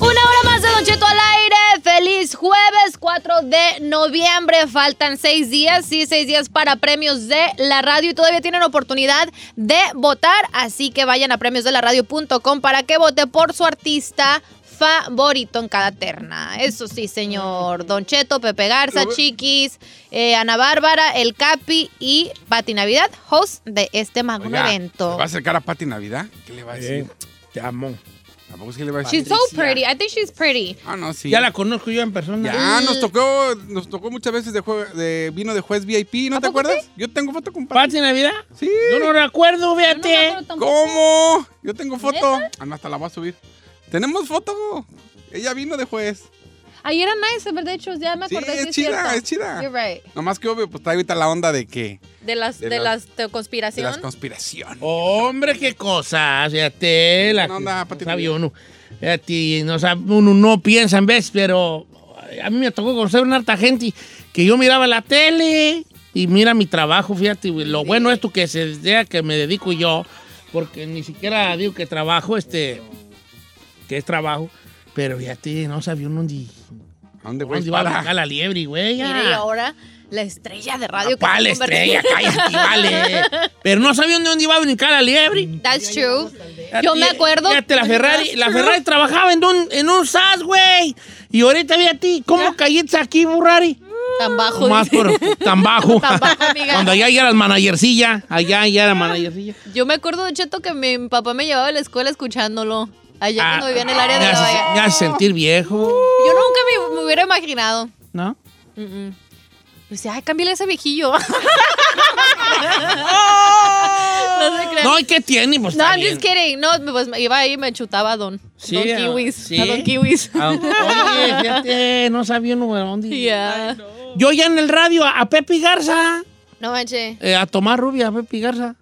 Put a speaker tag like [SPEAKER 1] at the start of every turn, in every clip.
[SPEAKER 1] Una hora más de Don Cheto al aire. Feliz jueves 4 de noviembre. Faltan seis días, sí, seis días para premios de la radio y todavía tienen oportunidad de votar. Así que vayan a premiosdelaradio.com para que vote por su artista favorito en cada terna. Eso sí, señor. Don Cheto, Pepe Garza, Chiquis, eh, Ana Bárbara, El Capi y Pati Navidad, host de este magno
[SPEAKER 2] Oiga, ¿le
[SPEAKER 1] evento.
[SPEAKER 2] ¿Va a acercar a Pati Navidad? ¿Qué le va a decir?
[SPEAKER 3] Eh, te amo.
[SPEAKER 2] ¿Tampoco es que le va a decir?
[SPEAKER 1] She's so pretty. Mm. I think she's pretty.
[SPEAKER 2] Ah, no, sí.
[SPEAKER 3] Ya la conozco yo en persona.
[SPEAKER 2] Ya, nos tocó, nos tocó muchas veces de, jue- de vino de juez VIP, ¿no
[SPEAKER 1] ¿A
[SPEAKER 2] te
[SPEAKER 1] poco
[SPEAKER 2] acuerdas? Yo tengo foto con Pati.
[SPEAKER 3] ¿Pati Navidad?
[SPEAKER 2] Sí.
[SPEAKER 3] Yo no recuerdo,
[SPEAKER 1] Yo no me
[SPEAKER 3] fíjate.
[SPEAKER 1] acuerdo tampoco.
[SPEAKER 2] ¿Cómo? Yo tengo foto. Ah, no, hasta la voy a subir. Tenemos foto. Ella vino de juez.
[SPEAKER 1] Ay, era nice, de hecho, ya me
[SPEAKER 2] Sí,
[SPEAKER 1] acordé.
[SPEAKER 2] es
[SPEAKER 1] sí
[SPEAKER 2] chida,
[SPEAKER 1] cierto.
[SPEAKER 2] es chida.
[SPEAKER 1] You're right.
[SPEAKER 2] Nomás que obvio, pues está ahorita la onda de que
[SPEAKER 1] De las, de,
[SPEAKER 2] De
[SPEAKER 1] las,
[SPEAKER 2] las-
[SPEAKER 1] de
[SPEAKER 2] de
[SPEAKER 1] conspiración.
[SPEAKER 2] las conspiraciones.
[SPEAKER 3] Oh, Hombre, qué cosas, fíjate. La,
[SPEAKER 2] No, no, Pati
[SPEAKER 3] sabe
[SPEAKER 2] Navidad.
[SPEAKER 3] uno. Fíjate, no sabe- uno no piensa en vez, pero a mí me tocó conocer una harta gente que yo miraba la tele y mira mi trabajo, fíjate. güey. Lo bueno es tú que se sea que me dedico yo, porque ni siquiera digo que trabajo, este, que es trabajo, pero fíjate, no sabía uno ni
[SPEAKER 2] ¿A dónde
[SPEAKER 3] dónde
[SPEAKER 2] juez
[SPEAKER 3] iba a
[SPEAKER 2] Pues, para?
[SPEAKER 3] buscar la liebre, güey. ya.
[SPEAKER 1] Mira, y ahora la estrella de radio. que
[SPEAKER 3] ¿Cuál
[SPEAKER 1] se ha
[SPEAKER 3] estrella?
[SPEAKER 1] convertido-
[SPEAKER 3] Cállate, vale. Pero no sabía dónde iba a brincar la liebre.
[SPEAKER 1] That's true. Yo me
[SPEAKER 3] Fíjate,
[SPEAKER 1] acuerdo.
[SPEAKER 3] Fíjate, la Ferrari,
[SPEAKER 1] That's
[SPEAKER 3] la
[SPEAKER 1] true.
[SPEAKER 3] Ferrari trabajaba en un, en un SAS, güey. Y ahorita vi a ti. ¿Cómo caíste aquí, Burrari?
[SPEAKER 1] Tan bajo.
[SPEAKER 3] Más
[SPEAKER 1] dice.
[SPEAKER 3] por tan bajo.
[SPEAKER 1] Tan bajo, amiga.
[SPEAKER 3] Cuando allá ya eras managercilla. Allá ya era managercilla.
[SPEAKER 1] Yo me acuerdo, Don Cheto, que mi papá me llevaba a la escuela escuchándolo. Allá cuando
[SPEAKER 3] Ah,
[SPEAKER 1] vivía en el área de la
[SPEAKER 3] me hace-
[SPEAKER 1] bahía.
[SPEAKER 3] Me hace sentir viejo,
[SPEAKER 1] Yo nunca me, me hubiera imaginado.
[SPEAKER 3] ¿no?
[SPEAKER 1] Dice, ay, cámbiale ese viejillo. no se crean.
[SPEAKER 3] No, ¿y qué tiene? Pues,
[SPEAKER 1] No,
[SPEAKER 3] está
[SPEAKER 1] I'm
[SPEAKER 3] bien.
[SPEAKER 1] just kidding. No, pues iba ahí y me chutaba a Don.
[SPEAKER 3] Sí,
[SPEAKER 1] don
[SPEAKER 3] ah,
[SPEAKER 1] Kiwis.
[SPEAKER 3] sí.
[SPEAKER 1] A Don Kiwis.
[SPEAKER 3] Ah, Oye, fíjate, no sabía uno de dónde.
[SPEAKER 1] Yeah.
[SPEAKER 3] Yo ya en el radio a, a Pepe Garza.
[SPEAKER 1] No manches.
[SPEAKER 3] eh, a tomar rubia, a Pepe Garza.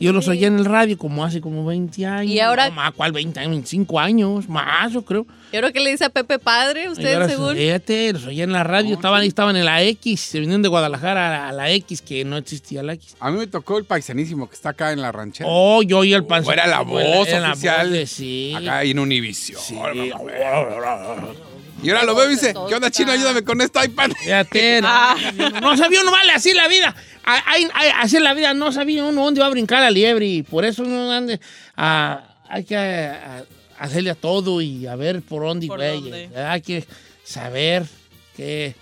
[SPEAKER 3] Yo los oía en el radio como hace como 20 años.
[SPEAKER 1] Y ahora-
[SPEAKER 3] No, más, ¿cuál 20 años? 25 años, más, yo creo.
[SPEAKER 1] Yo creo que le dice a Pepe Padre,
[SPEAKER 3] Y ahora
[SPEAKER 1] usted según. Oh,
[SPEAKER 3] Fíjate, los oía en la radio, estaban ahí, estaban en la X, se vinieron de Guadalajara a, a la X, que no existía la X.
[SPEAKER 2] A mí me tocó el paisanísimo que está acá en la ranchera.
[SPEAKER 3] Oh, yo oía el panzón.
[SPEAKER 2] era la voz
[SPEAKER 3] Era la
[SPEAKER 2] oficial.
[SPEAKER 3] de- sí.
[SPEAKER 2] Acá en Univision.
[SPEAKER 3] Sí.
[SPEAKER 2] Y ahora lo veo y dice, ¿qué onda, chino? Ayúdame con este iPad.
[SPEAKER 3] Fíjate, no,
[SPEAKER 4] Ah.
[SPEAKER 3] no sabía uno, vale, así es la vida. Ay, ay, ay, así es la vida, no sabía uno dónde iba a brincar la liebre. y por eso uno ande a- hay que a- a- hacerle a todo y a ver por dónde,
[SPEAKER 4] Por
[SPEAKER 3] güey.
[SPEAKER 4] dónde.
[SPEAKER 3] Hay que saber que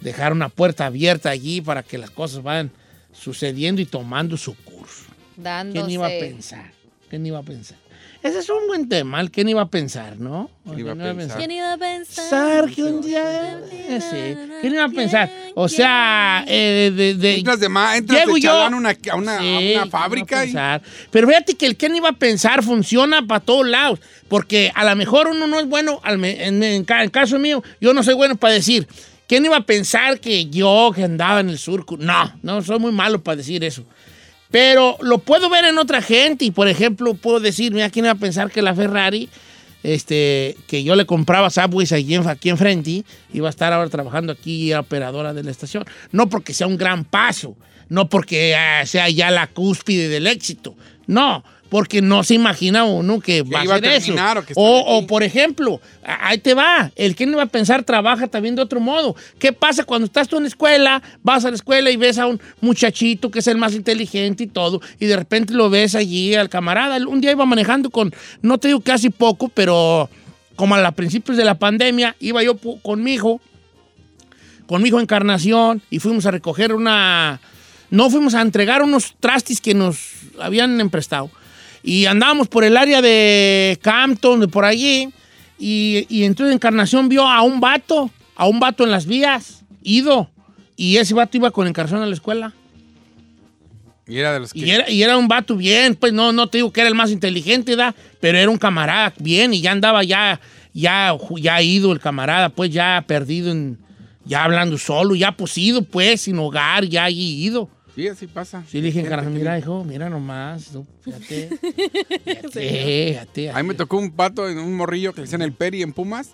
[SPEAKER 3] dejar una puerta abierta allí para que las cosas van sucediendo y tomando su curso.
[SPEAKER 1] Dándose.
[SPEAKER 3] ¿Quién iba a pensar? ¿Quién iba a pensar? Ese es un buen tema, el ¿quién iba a pensar, no?
[SPEAKER 2] ¿Quién iba a pensar?
[SPEAKER 1] ¿Quién iba a pensar?
[SPEAKER 3] pensar que un día... Eh, Sí. ¿Quién iba a pensar? O sea, eh, de... de-
[SPEAKER 2] Entras de, ma- entras
[SPEAKER 3] Llego
[SPEAKER 2] de
[SPEAKER 3] yo.
[SPEAKER 2] chalán a una, a una, a
[SPEAKER 3] Sí,
[SPEAKER 2] una
[SPEAKER 3] ¿quién iba a
[SPEAKER 2] fábrica. y-
[SPEAKER 3] pensar? Pero fíjate que el quién iba a pensar funciona para todos lados. Porque a lo mejor uno no es bueno, al me- en, en ca- en caso mío, yo no soy bueno para decir, ¿quién iba a pensar que yo que andaba en el surco? No, no, soy muy malo para decir eso. Pero lo puedo ver en otra gente y, por ejemplo, puedo decir, mira, ¿quién iba a pensar que la Ferrari, este, que yo le compraba Subways aquí, en, aquí enfrente, iba a estar ahora trabajando aquí y era operadora de la estación? No porque sea un gran paso, no porque ah, sea ya la cúspide del éxito, no. Porque no se imagina uno que, va a
[SPEAKER 2] iba a
[SPEAKER 3] hacer eso.
[SPEAKER 2] terminar o que
[SPEAKER 3] O,
[SPEAKER 2] estar aquí.
[SPEAKER 3] o, por ejemplo, a- ahí te va. El que no iba a pensar trabaja también de otro modo. ¿Qué pasa cuando estás tú en la escuela? Vas a la escuela y ves a un muchachito que es el más inteligente y todo, y de repente lo ves allí al camarada. Un día iba manejando con, no te digo casi poco, pero como a los principios de la pandemia, iba yo pu- con mi hijo, con mi hijo Encarnación, y fuimos a recoger una. No fuimos a entregar unos trastis que nos habían emprestado. Y andábamos por el área de Campton, de por allí. Y, y entonces Encarnación vio a un vato, a un vato en las vías, ido. Y ese vato iba con Encarnación a la escuela.
[SPEAKER 2] Y era de los que...
[SPEAKER 3] Y era, y era un vato bien, pues no, no te digo que era el más inteligente, ¿da? pero era un camarada bien y ya andaba ya, ya, ju- ya ido el camarada, pues ya perdido, en, ya hablando solo, ya posido, pues, sin hogar, ya ahí ido.
[SPEAKER 2] Sí, así pasa.
[SPEAKER 3] Sí, le dije,
[SPEAKER 2] Gente
[SPEAKER 3] "Carajo,
[SPEAKER 2] que-
[SPEAKER 3] mira, hijo, mira nomás, no, fíjate, fíjate, fíjate,
[SPEAKER 2] A mí me tocó un pato, en un morrillo que le decían el Peri en Pumas.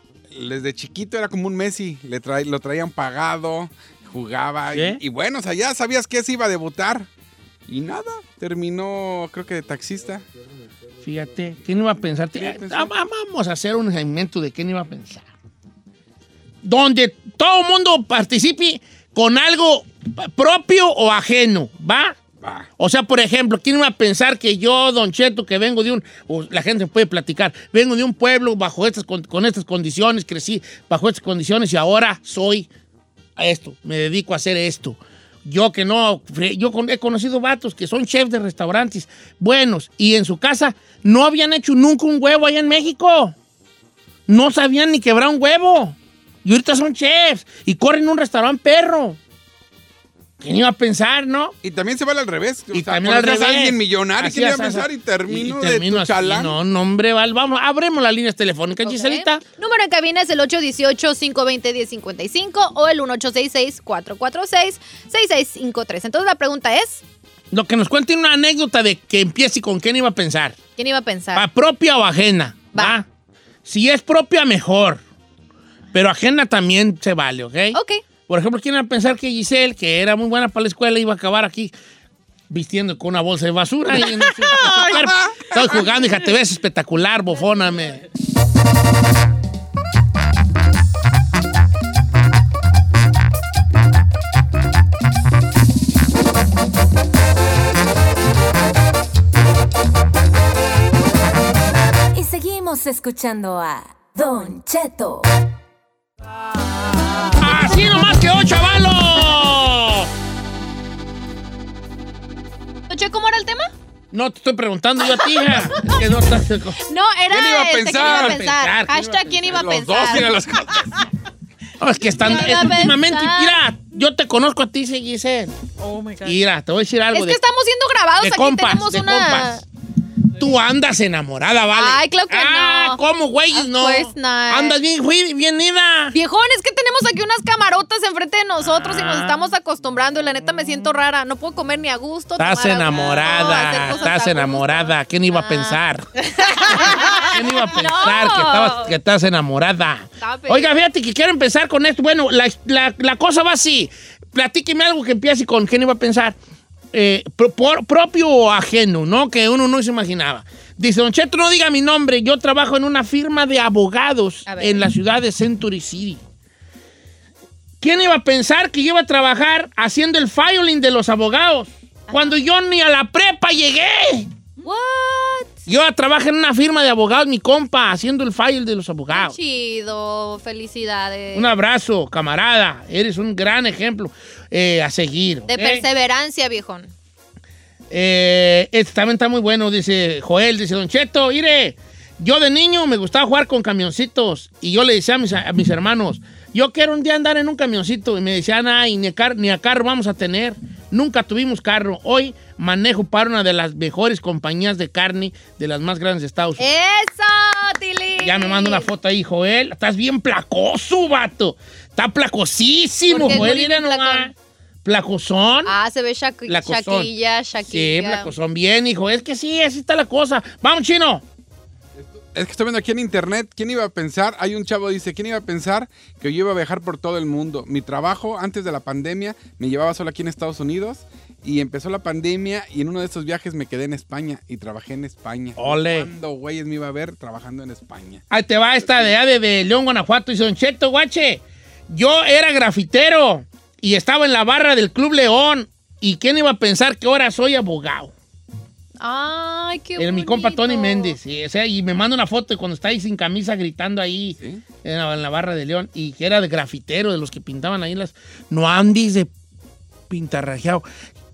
[SPEAKER 2] Desde chiquito era como un Messi, le trae- lo traían pagado, jugaba.
[SPEAKER 3] ¿Sí?
[SPEAKER 2] Y, y bueno, o sea, ya sabías que se iba a debutar. Y nada, terminó, creo que de taxista.
[SPEAKER 3] Fíjate, ¿quién iba a pensar?
[SPEAKER 2] iba a
[SPEAKER 3] Eh,
[SPEAKER 2] pensar?
[SPEAKER 3] va- Vamos a hacer un segmento de quién iba a pensar. Donde todo el mundo participe con algo pa- propio o ajeno, ¿va?
[SPEAKER 2] Va.
[SPEAKER 3] O sea, por ejemplo, ¿quién iba a pensar que yo, Don Cheto, que vengo de un... o la gente puede platicar, vengo de un pueblo bajo estas, con, con estas condiciones, crecí bajo estas condiciones y ahora soy a esto, me dedico a hacer esto. Yo que no, fre- yo con- he conocido vatos que son chefs de restaurantes buenos y en su casa no habían hecho nunca un huevo allá en México. No sabían ni quebrar un huevo. Y ahorita son chefs y corren un restaurante perro. ¿Quién iba a pensar, no?
[SPEAKER 2] Y también se vale al revés.
[SPEAKER 3] Y también al
[SPEAKER 2] conoces a
[SPEAKER 3] revés.
[SPEAKER 2] alguien millonario,
[SPEAKER 3] Así
[SPEAKER 2] ¿quién iba a
[SPEAKER 3] es, así
[SPEAKER 2] pensar?
[SPEAKER 3] es.
[SPEAKER 2] Y termino,
[SPEAKER 3] Y termino
[SPEAKER 2] de tu
[SPEAKER 3] así,
[SPEAKER 2] chalán.
[SPEAKER 3] No, no, hombre, Val, vamos, abremos las líneas telefónicas,
[SPEAKER 1] Ok.
[SPEAKER 3] Giselita.
[SPEAKER 1] Número en cabina es el 818-520-1055 o el 1866-446-6653. Entonces la pregunta es,
[SPEAKER 3] Lo que nos cuente una anécdota de que empiece y con quién iba a pensar.
[SPEAKER 1] ¿quién iba a pensar?
[SPEAKER 3] ¿Pa propia o ajena?
[SPEAKER 1] Va.
[SPEAKER 3] Va. Si es propia, mejor. Pero ajena también se vale, ¿ok?
[SPEAKER 1] ok.
[SPEAKER 3] Por ejemplo, ¿quién iba a pensar que Giselle, que era muy buena para la escuela, iba a acabar aquí vistiendo con una bolsa de basura? y en su- Estoy jugando, hija, te ves espectacular, bofóname.
[SPEAKER 4] Y seguimos escuchando a Don Cheto.
[SPEAKER 3] ¡Así nomás quedó, chavalo!
[SPEAKER 1] Che, ¿Cómo era el tema?
[SPEAKER 3] No, te estoy preguntando yo a ti, hija. Es que no estás...
[SPEAKER 1] No, era
[SPEAKER 2] ¿Quién iba a
[SPEAKER 1] este,
[SPEAKER 2] pensar?
[SPEAKER 1] ¿quién iba a pensar?
[SPEAKER 3] ¿Quién iba a
[SPEAKER 1] Hashtag ¿quién iba a
[SPEAKER 2] Los dos
[SPEAKER 1] pensar?
[SPEAKER 2] tienen las cosas.
[SPEAKER 3] No, Oh, es que están...
[SPEAKER 1] ¿Quién iba a
[SPEAKER 3] últimamente,
[SPEAKER 1] pensar?
[SPEAKER 3] mira, yo te conozco a ti, Giselle.
[SPEAKER 5] Oh my God.
[SPEAKER 3] Mira, te voy a decir algo
[SPEAKER 1] Es que
[SPEAKER 3] de
[SPEAKER 1] estamos siendo grabados,
[SPEAKER 3] de
[SPEAKER 1] aquí
[SPEAKER 3] compas,
[SPEAKER 1] tenemos
[SPEAKER 3] de
[SPEAKER 1] una...
[SPEAKER 3] compas. Tú andas enamorada, ¿vale?
[SPEAKER 1] Ay, claro que
[SPEAKER 3] ah,
[SPEAKER 1] no.
[SPEAKER 3] ¿cómo, güey?
[SPEAKER 1] Of
[SPEAKER 3] No.
[SPEAKER 1] course not.
[SPEAKER 3] Andas bien, güey, bien ida.
[SPEAKER 1] Viejón, es que tenemos aquí unas camarotas enfrente de nosotros
[SPEAKER 3] Ah.
[SPEAKER 1] y nos estamos acostumbrando y la neta me siento rara. No puedo comer ni a gusto.
[SPEAKER 3] Estás
[SPEAKER 1] tomar agua, no, hacer
[SPEAKER 3] enamorada,
[SPEAKER 1] cosas a
[SPEAKER 3] estás
[SPEAKER 1] gusto.
[SPEAKER 3] enamorada. ¿Quién iba a
[SPEAKER 1] Ah.
[SPEAKER 3] pensar? ¿Quién iba a pensar
[SPEAKER 1] No.
[SPEAKER 3] que, estabas, que estás enamorada?
[SPEAKER 1] Stop it.
[SPEAKER 3] Oiga, fíjate que quiero empezar con esto. Bueno, la, la- la cosa va así. Platíqueme algo que empiece con quién iba a pensar. Eh, pro- por- propio o ajeno, ¿no? Que uno no se imaginaba. Dice, Don Cheto, no diga mi nombre. Yo trabajo en una firma de abogados
[SPEAKER 1] A ver.
[SPEAKER 3] en la ciudad de Century City. ¿Quién iba a pensar que yo iba a trabajar haciendo el filing de los abogados? Cuando yo ni a la prepa llegué.
[SPEAKER 1] What?
[SPEAKER 3] Yo trabajo en una firma de abogados, mi compa, haciendo el file de los abogados.
[SPEAKER 1] Chido, felicidades.
[SPEAKER 3] Un abrazo, camarada. Eres un gran ejemplo eh, a seguir.
[SPEAKER 1] De
[SPEAKER 3] ¿ok?
[SPEAKER 1] perseverancia, viejón.
[SPEAKER 3] Eh, este también está muy bueno, dice Joel, dice Don Cheto, mire, yo de niño me gustaba jugar con camioncitos y yo le decía a mis, a mis hermanos, yo quiero un día andar en un camioncito y me decían, ay, ni a, car- ni a carro vamos a tener, nunca tuvimos carro, hoy manejo para una de las mejores compañías de carne de las más grandes de Estados Unidos.
[SPEAKER 1] ¡Eso, Tili!
[SPEAKER 3] Ya me manda una foto ahí, Joel. Estás bien placoso, vato. Está placosísimo,
[SPEAKER 1] ¿Por qué,
[SPEAKER 3] Joel.
[SPEAKER 1] Juli,
[SPEAKER 3] Mira
[SPEAKER 1] placón?
[SPEAKER 3] nomás. Placosón.
[SPEAKER 1] Ah, se ve Shaq-
[SPEAKER 3] Placosón.
[SPEAKER 1] Shaquilla,
[SPEAKER 3] sí,
[SPEAKER 1] Shaquilla.
[SPEAKER 3] placosón. Bien, hijo. Es que sí, así está la cosa. Vamos, chino.
[SPEAKER 2] Es que estoy viendo aquí en internet, ¿quién iba a pensar? Hay un chavo dice, ¿quién iba a pensar que yo iba a viajar por todo el mundo? Mi trabajo antes de la pandemia me llevaba solo aquí en Estados Unidos y empezó la pandemia y en uno de esos viajes me quedé en España y trabajé en España.
[SPEAKER 3] Ole.
[SPEAKER 2] ¿Cuándo, güeyes, me iba a ver trabajando en España?
[SPEAKER 3] Ahí te va esta de de, de León, Guanajuato. Y Don Cheto, guache. Yo era grafitero y estaba en la barra del Club León. ¿Y quién iba a pensar que ahora soy abogado?
[SPEAKER 1] Ay, qué
[SPEAKER 3] Era mi compa
[SPEAKER 1] bonito.
[SPEAKER 3] Tony Méndez. sí, o sea, y me manda una foto de cuando está ahí sin camisa gritando ahí.
[SPEAKER 2] ¿Sí?
[SPEAKER 3] en la, en la barra de León y que era de grafitero, de los que pintaban ahí las. No Andis de pintarrajeado.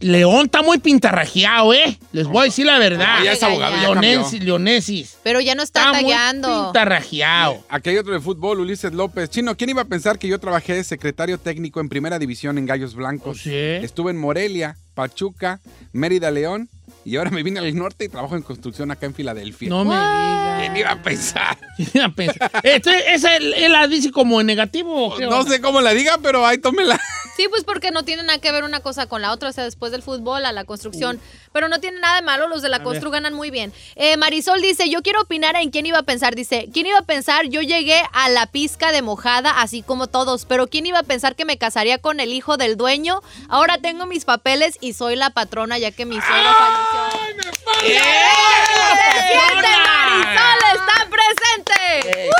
[SPEAKER 3] León está muy pintarrajeado, ¿eh? Les voy a decir la verdad.
[SPEAKER 1] Ah,
[SPEAKER 2] ya es abogado, ya cambió.
[SPEAKER 3] Leonensis, Leonesis.
[SPEAKER 1] Pero ya no está,
[SPEAKER 3] Está muy
[SPEAKER 1] tagueando.
[SPEAKER 3] pintarrajeado.
[SPEAKER 2] Aquí hay otro de fútbol, Ulises López. Chino, ¿quién iba a pensar que yo trabajé de secretario técnico en primera división en Gallos Blancos?
[SPEAKER 3] Oh, sí.
[SPEAKER 2] Estuve en Morelia, Pachuca, Mérida, León y ahora me vine al norte y trabajo en construcción acá en Filadelfia.
[SPEAKER 3] No me
[SPEAKER 2] ¿Quién
[SPEAKER 3] digas.
[SPEAKER 2] iba a pensar?
[SPEAKER 3] Ya pensé. Este, esa él, él la dice como en negativo. ¿o qué
[SPEAKER 2] No
[SPEAKER 3] onda?
[SPEAKER 2] sé cómo la diga, pero ahí tómela.
[SPEAKER 1] Sí, pues porque no tiene nada que ver una cosa con la otra, o sea, después del fútbol a la construcción. Pero no tiene nada de malo, los de la constru ganan muy bien. Eh, Marisol dice, yo quiero opinar en quién iba a pensar. Dice, ¿quién iba a pensar? Yo llegué a la pizca de mojada, así como todos, pero ¿quién iba a pensar que me casaría con el hijo del dueño? Ahora tengo mis papeles y soy la patrona, ya que mi suegro
[SPEAKER 3] ¡Ah!
[SPEAKER 1] falleció. ¡Presente, Marisol! ¡Está presente!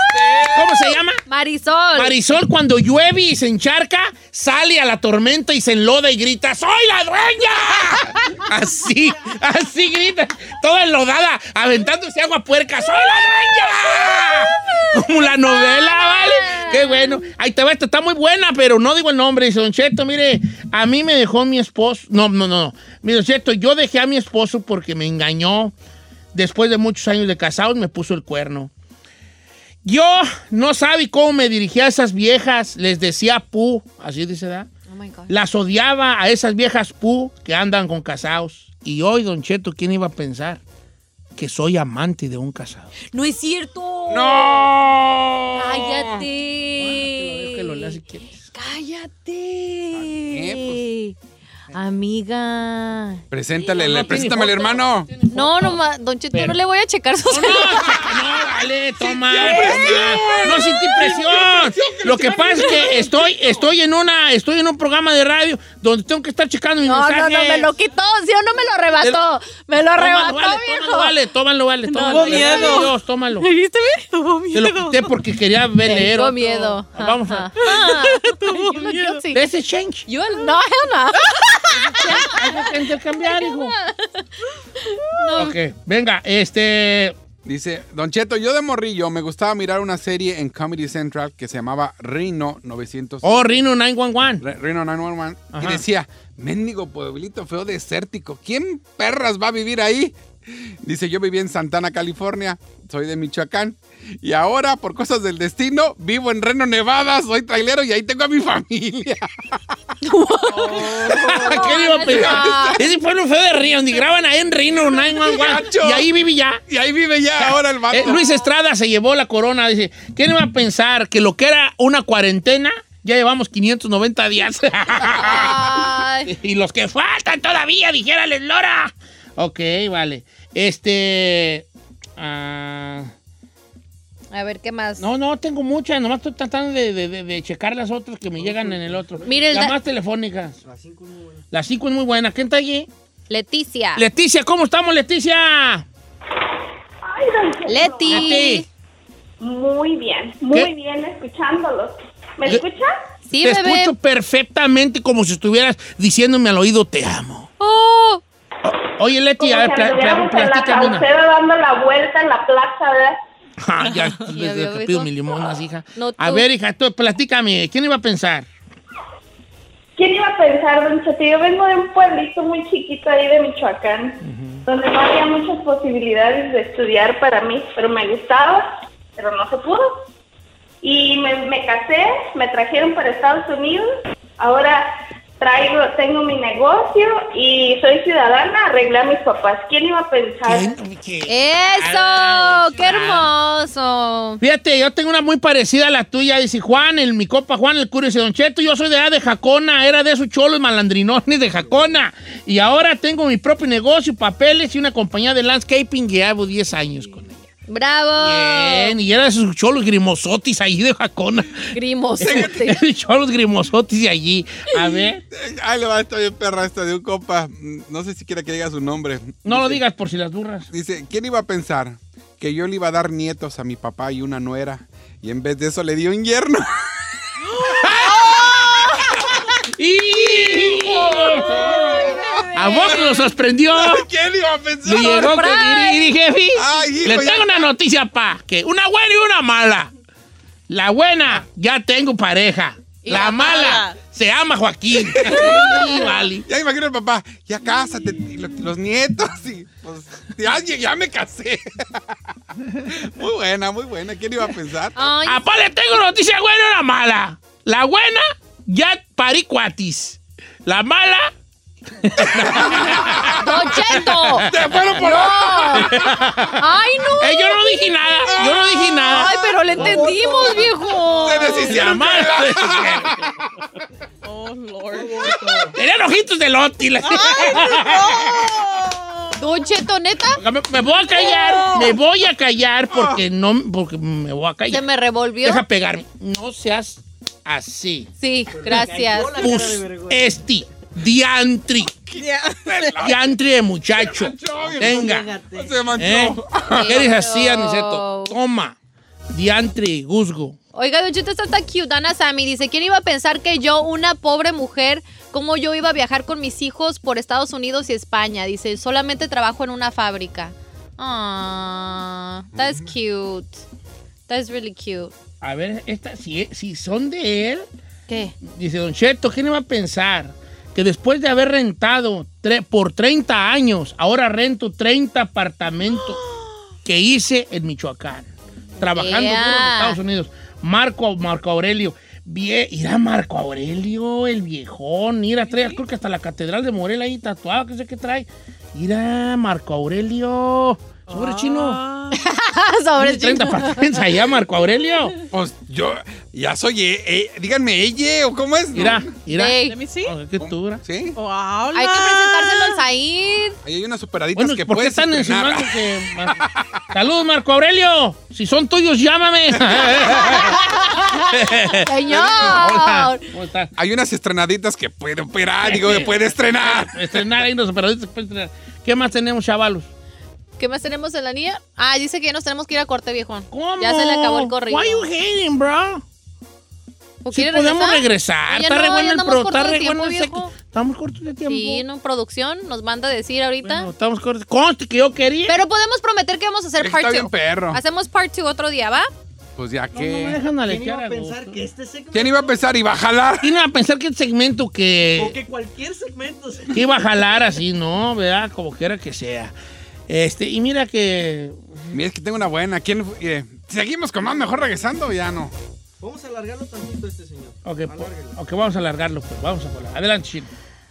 [SPEAKER 3] ¿Cómo se llama?
[SPEAKER 1] Marisol.
[SPEAKER 3] Marisol cuando llueve y se encharca, sale a la tormenta y se enloda y grita, ¡Soy la dueña! así, así grita, toda enlodada, aventándose agua puerca, ¡Soy la dueña! Como la novela, ¿vale? Qué bueno. Ahí te va, esta está muy buena, pero no digo el nombre. Dice, Don Cheto, mire, a mí me dejó mi esposo. No, no, no. no. Mire, Don Cheto, yo dejé a mi esposo porque me engañó. Después de muchos años de casados, me puso el cuerno. Yo no sabe cómo me dirigía a esas viejas, les decía pu, así dice, ¿verdad?
[SPEAKER 1] Oh my God.
[SPEAKER 3] Las odiaba a esas viejas pu que andan con casados. Y hoy, don Cheto, ¿quién iba a pensar que soy amante de un casado?
[SPEAKER 1] No es cierto.
[SPEAKER 3] ¡No!
[SPEAKER 1] Cállate.
[SPEAKER 3] que lo leas si quieres.
[SPEAKER 1] Cállate.
[SPEAKER 3] Pues, eh.
[SPEAKER 1] Amiga.
[SPEAKER 2] Preséntale, le-
[SPEAKER 3] no, tiene
[SPEAKER 2] preséntame al
[SPEAKER 3] foto.
[SPEAKER 2] hermano.
[SPEAKER 1] No, no, ma- Don Cheto,
[SPEAKER 3] Pero-
[SPEAKER 1] no le voy a checar sus.
[SPEAKER 3] No, no, vale, toma. toma. No sentí presión. Lo que pasa es que estoy, estoy en una, estoy en un programa de radio donde tengo que estar checando mis
[SPEAKER 1] No, no,
[SPEAKER 3] mensajes.
[SPEAKER 1] no, me lo quitó. Sí o no me lo arrebató. Me lo
[SPEAKER 3] Tómalo,
[SPEAKER 1] arrebató,
[SPEAKER 3] vale,
[SPEAKER 1] viejo.
[SPEAKER 3] tómalo, vale, tómalo, vale,
[SPEAKER 1] No,
[SPEAKER 3] tómalo.
[SPEAKER 1] no, miedo.
[SPEAKER 3] Dios, tómalo.
[SPEAKER 1] ¿Me viste bien? Tuvo
[SPEAKER 3] Te lo
[SPEAKER 1] miedo.
[SPEAKER 3] quité porque quería ver leer.
[SPEAKER 1] Tengo
[SPEAKER 3] otro.
[SPEAKER 1] miedo.
[SPEAKER 3] Ah, Vamos a.
[SPEAKER 1] Tuvo miedo.
[SPEAKER 3] De ese change.
[SPEAKER 1] Yo el- no, hell no.
[SPEAKER 3] Hay que intercambiar, hijo. Ok, venga, este.
[SPEAKER 2] Dice, Don Cheto, yo de morrillo me gustaba mirar una serie en Comedy Central que se llamaba Rino 900.
[SPEAKER 3] Oh, Rino 911.
[SPEAKER 2] Re- Reno 911 y
[SPEAKER 3] Ajá.
[SPEAKER 2] decía, mendigo pueblito feo desértico, ¿quién perras va a vivir ahí? Dice, yo viví en Santana, California, soy de Michoacán y ahora, por cosas del destino, vivo en Reno, Nevada, soy trailero y ahí tengo a mi familia.
[SPEAKER 3] ¿Qué iba a pensar? Ese fue un feo de Río, donde graban ahí en Rino 911. Y ahí viví ya.
[SPEAKER 2] Y ahí vive ya ahora el vato.
[SPEAKER 3] Eh, Luis Estrada se llevó la corona. Dice, ¿quién iba a pensar que lo que era una cuarentena, ya llevamos 590 días?
[SPEAKER 1] Ay,
[SPEAKER 3] Y los que faltan todavía, dijérales Lora. Ok, vale. Este. ah,
[SPEAKER 1] A ver, ¿qué más?
[SPEAKER 3] no, no, tengo muchas. Nomás estoy tratando de, de- de- de checar las otras que me llegan en el otro.
[SPEAKER 1] Mire el
[SPEAKER 3] las
[SPEAKER 1] da-
[SPEAKER 3] más telefónicas. Las 5 es muy buena. ¿Quién está allí?
[SPEAKER 1] Leticia.
[SPEAKER 3] Leticia, ¿cómo estamos, Leticia?
[SPEAKER 1] Leti.
[SPEAKER 3] Leti.
[SPEAKER 5] Muy bien, muy
[SPEAKER 3] ¿Qué?
[SPEAKER 5] bien escuchándolos. ¿Me
[SPEAKER 3] Yo-
[SPEAKER 5] escuchas?
[SPEAKER 1] Sí,
[SPEAKER 3] Te
[SPEAKER 1] bebé.
[SPEAKER 3] escucho perfectamente como si estuvieras diciéndome al oído te amo.
[SPEAKER 1] Oh,
[SPEAKER 3] Oye, Leti, a ver,
[SPEAKER 5] Como si
[SPEAKER 3] pla- pla-
[SPEAKER 5] anduviéramos en la
[SPEAKER 3] platícame una.
[SPEAKER 5] caucera dando la vuelta en la plaza, ¿verdad?
[SPEAKER 3] Ah, ya,
[SPEAKER 1] Ya
[SPEAKER 3] desde
[SPEAKER 1] veo,
[SPEAKER 3] que
[SPEAKER 1] hijo.
[SPEAKER 3] pido mi limonas, hija.
[SPEAKER 1] No,
[SPEAKER 3] a
[SPEAKER 1] tú.
[SPEAKER 3] ver, hija, tú, platícame. ¿Quién iba a pensar?
[SPEAKER 5] ¿Quién iba a pensar, Don Cheto? Yo vengo de un pueblito muy chiquito ahí de Michoacán, donde no había muchas posibilidades de estudiar para mí, pero me gustaba, pero no se pudo. Y me, me casé, me trajeron para Estados Unidos, ahora traigo, tengo mi negocio y soy ciudadana, arreglé a mis papás. ¿Quién iba a pensar?
[SPEAKER 1] eso. Qué hermoso.
[SPEAKER 3] Fíjate, yo tengo una muy parecida a la tuya. Dice Juan, el, mi copa Juan, el cura dice Don Cheto, yo soy de allá de Jacona, era de esos cholos malandrinones de Jacona. Y ahora tengo mi propio negocio, papeles y una compañía de landscaping que llevo 10 años con ella.
[SPEAKER 1] Bravo.
[SPEAKER 3] Bien, y era de esos cholos grimosotis ahí de Jacona.
[SPEAKER 1] Grimosote.
[SPEAKER 3] Esos cholos grimosotis de allí. A ver,
[SPEAKER 2] Ahí le va esta bien perra esta de un compa, no sé si quiera que diga su nombre.
[SPEAKER 3] no lo
[SPEAKER 2] Dice,
[SPEAKER 3] digas por si las burras.
[SPEAKER 2] Dice, ¿quién iba a pensar que yo le iba a dar nietos a mi papá y una nuera? Y en vez de eso le dio un yerno.
[SPEAKER 3] A vos lo sorprendió.
[SPEAKER 2] ¿Quién iba a
[SPEAKER 3] Ah. Le
[SPEAKER 2] pensar?
[SPEAKER 3] llegó con
[SPEAKER 1] Surprise.
[SPEAKER 3] y dije, "Fi,
[SPEAKER 2] Ay, hijo,
[SPEAKER 3] le
[SPEAKER 2] ya
[SPEAKER 3] tengo una noticia, pa, que una buena y una mala. La buena, ya tengo pareja. La, mala, se llama Joaquín. Y vale.
[SPEAKER 2] Ya imagino el papá, ya cásate, y lo- los nietos, y pues ya, ya me casé. muy buena, muy buena. ¿Quién iba a pensar?
[SPEAKER 1] Ay,
[SPEAKER 3] Apá, le tengo noticia buena y una mala. La buena, ya parí cuatis. La mala,
[SPEAKER 1] Don Cheto.
[SPEAKER 2] ¡Te fueron por
[SPEAKER 1] Ay, no.
[SPEAKER 3] eh, yo no Ah, dije nada. Yo no dije nada.
[SPEAKER 1] Ay, pero le entendimos, viejo.
[SPEAKER 2] ¡Te
[SPEAKER 3] La
[SPEAKER 2] deshicieron!
[SPEAKER 3] mala.
[SPEAKER 6] Oh, Lord.
[SPEAKER 3] Tenían ojitos de loti. la-
[SPEAKER 1] Don Cheto, neta,
[SPEAKER 3] me, me voy a
[SPEAKER 1] Oh.
[SPEAKER 3] callar, me voy a callar porque no, porque me voy a
[SPEAKER 1] se
[SPEAKER 3] callar.
[SPEAKER 1] me revolvió.
[SPEAKER 3] Deja pegarme. No seas así.
[SPEAKER 1] Sí, gracias.
[SPEAKER 3] Pus, esti, diantri,
[SPEAKER 6] Ya.
[SPEAKER 3] diantri de muchacho. Venga.
[SPEAKER 2] Se manchó.
[SPEAKER 3] ¿Eh? ¿Qué dices así, Aniceto? Toma, diantri, guzgo.
[SPEAKER 1] Oiga, Don Cheto está tan cute. Dana Sammy dice, ¿quién iba a pensar que yo, una pobre mujer, cómo yo iba a viajar con mis hijos por Estados Unidos y España? Dice, solamente trabajo en una fábrica. Ah, that's cute. That's really cute.
[SPEAKER 3] A ver, esta, si, si son de él,
[SPEAKER 1] ¿Qué?
[SPEAKER 3] dice Don Cheto, ¿quién iba a pensar que después de haber rentado tre- por 30 años, ahora rento 30 apartamentos que hice en Michoacán, trabajando
[SPEAKER 1] Yeah.
[SPEAKER 3] duro en Estados Unidos? Marco, Marco Aurelio. Bien, irá Marco Aurelio, el viejón. Mira, trae, creo que hasta la Catedral de Morelia ahí tatuado, que sé qué trae. Mira, Marco Aurelio. Sobre chino.
[SPEAKER 1] Sobre
[SPEAKER 3] Tiene 30
[SPEAKER 1] Cheto.
[SPEAKER 3] apartamentos allá, Marco Aurelio.
[SPEAKER 2] Pues yo ya soy. eh, eh, díganme, ella o cómo es.
[SPEAKER 3] Mira, mira.
[SPEAKER 1] Ey,
[SPEAKER 6] Let me see.
[SPEAKER 3] Ah, qué dura.
[SPEAKER 2] Sí.
[SPEAKER 6] Wow,
[SPEAKER 1] Hay que presentárselo al Said.
[SPEAKER 2] Ahí hay unas superaditas
[SPEAKER 3] Bueno,
[SPEAKER 2] que
[SPEAKER 3] ¿por qué
[SPEAKER 2] puedes
[SPEAKER 3] están
[SPEAKER 2] estrenar.
[SPEAKER 3] insinuando que... Saludos, Marco Aurelio. Si son tuyos, llámame. Hola,
[SPEAKER 1] Señor.
[SPEAKER 3] ¿cómo estás?
[SPEAKER 2] Hay unas estrenaditas que puede operar, digo, que puede estrenar.
[SPEAKER 3] Estrenar ahí los operadores. después estrenar. ¿Qué más tenemos, chavalos?
[SPEAKER 1] ¿Qué más tenemos en la niña? Ah, dice que ya nos tenemos que ir a corte, viejón.
[SPEAKER 3] ¿Cómo?
[SPEAKER 1] Ya se le acabó el corrido.
[SPEAKER 3] Why you hating, bro?
[SPEAKER 1] ¿O
[SPEAKER 3] Si
[SPEAKER 1] quiere
[SPEAKER 3] podemos regresar.
[SPEAKER 1] Ya
[SPEAKER 3] Está
[SPEAKER 1] no,
[SPEAKER 3] re
[SPEAKER 1] ya
[SPEAKER 3] bueno el
[SPEAKER 1] andamos
[SPEAKER 3] pro,
[SPEAKER 1] cortos
[SPEAKER 3] está
[SPEAKER 1] de
[SPEAKER 3] re bueno el
[SPEAKER 1] tiempo,
[SPEAKER 3] sec-
[SPEAKER 1] viejo.
[SPEAKER 3] Estamos cortos de tiempo.
[SPEAKER 1] Sí, no, producción nos manda a decir ahorita.
[SPEAKER 3] Bueno, estamos cortos. Conste que yo quería.
[SPEAKER 1] Pero podemos prometer que vamos a hacer
[SPEAKER 2] Está
[SPEAKER 1] part
[SPEAKER 2] bien
[SPEAKER 1] 2.
[SPEAKER 2] perro.
[SPEAKER 1] Hacemos part 2 otro día, ¿va?
[SPEAKER 2] Pues ya
[SPEAKER 3] No, no me
[SPEAKER 2] que.
[SPEAKER 3] dejan
[SPEAKER 7] ¿Quién
[SPEAKER 3] aletear
[SPEAKER 7] iba
[SPEAKER 3] a
[SPEAKER 7] a pensar
[SPEAKER 3] gusto.
[SPEAKER 7] que este segmento...
[SPEAKER 2] ¿Quién iba a pensar? Iba a jalar.
[SPEAKER 3] ¿Quién iba a pensar que el segmento que...
[SPEAKER 7] O que cualquier segmento... se-
[SPEAKER 3] que iba a jalar así, ¿no? ¿Verdad? Como quiera que sea. Este, y mira que.
[SPEAKER 2] Mira, es que tengo una buena. ¿Quién fu- eh, Seguimos con más, mejor regresando o ya no.
[SPEAKER 7] Vamos a alargarlo tantito este señor.
[SPEAKER 3] Ok, pues. po-
[SPEAKER 7] Alárguelo.
[SPEAKER 3] ok, vamos a alargarlo, pues. Vamos a volar. Adelante, Chino.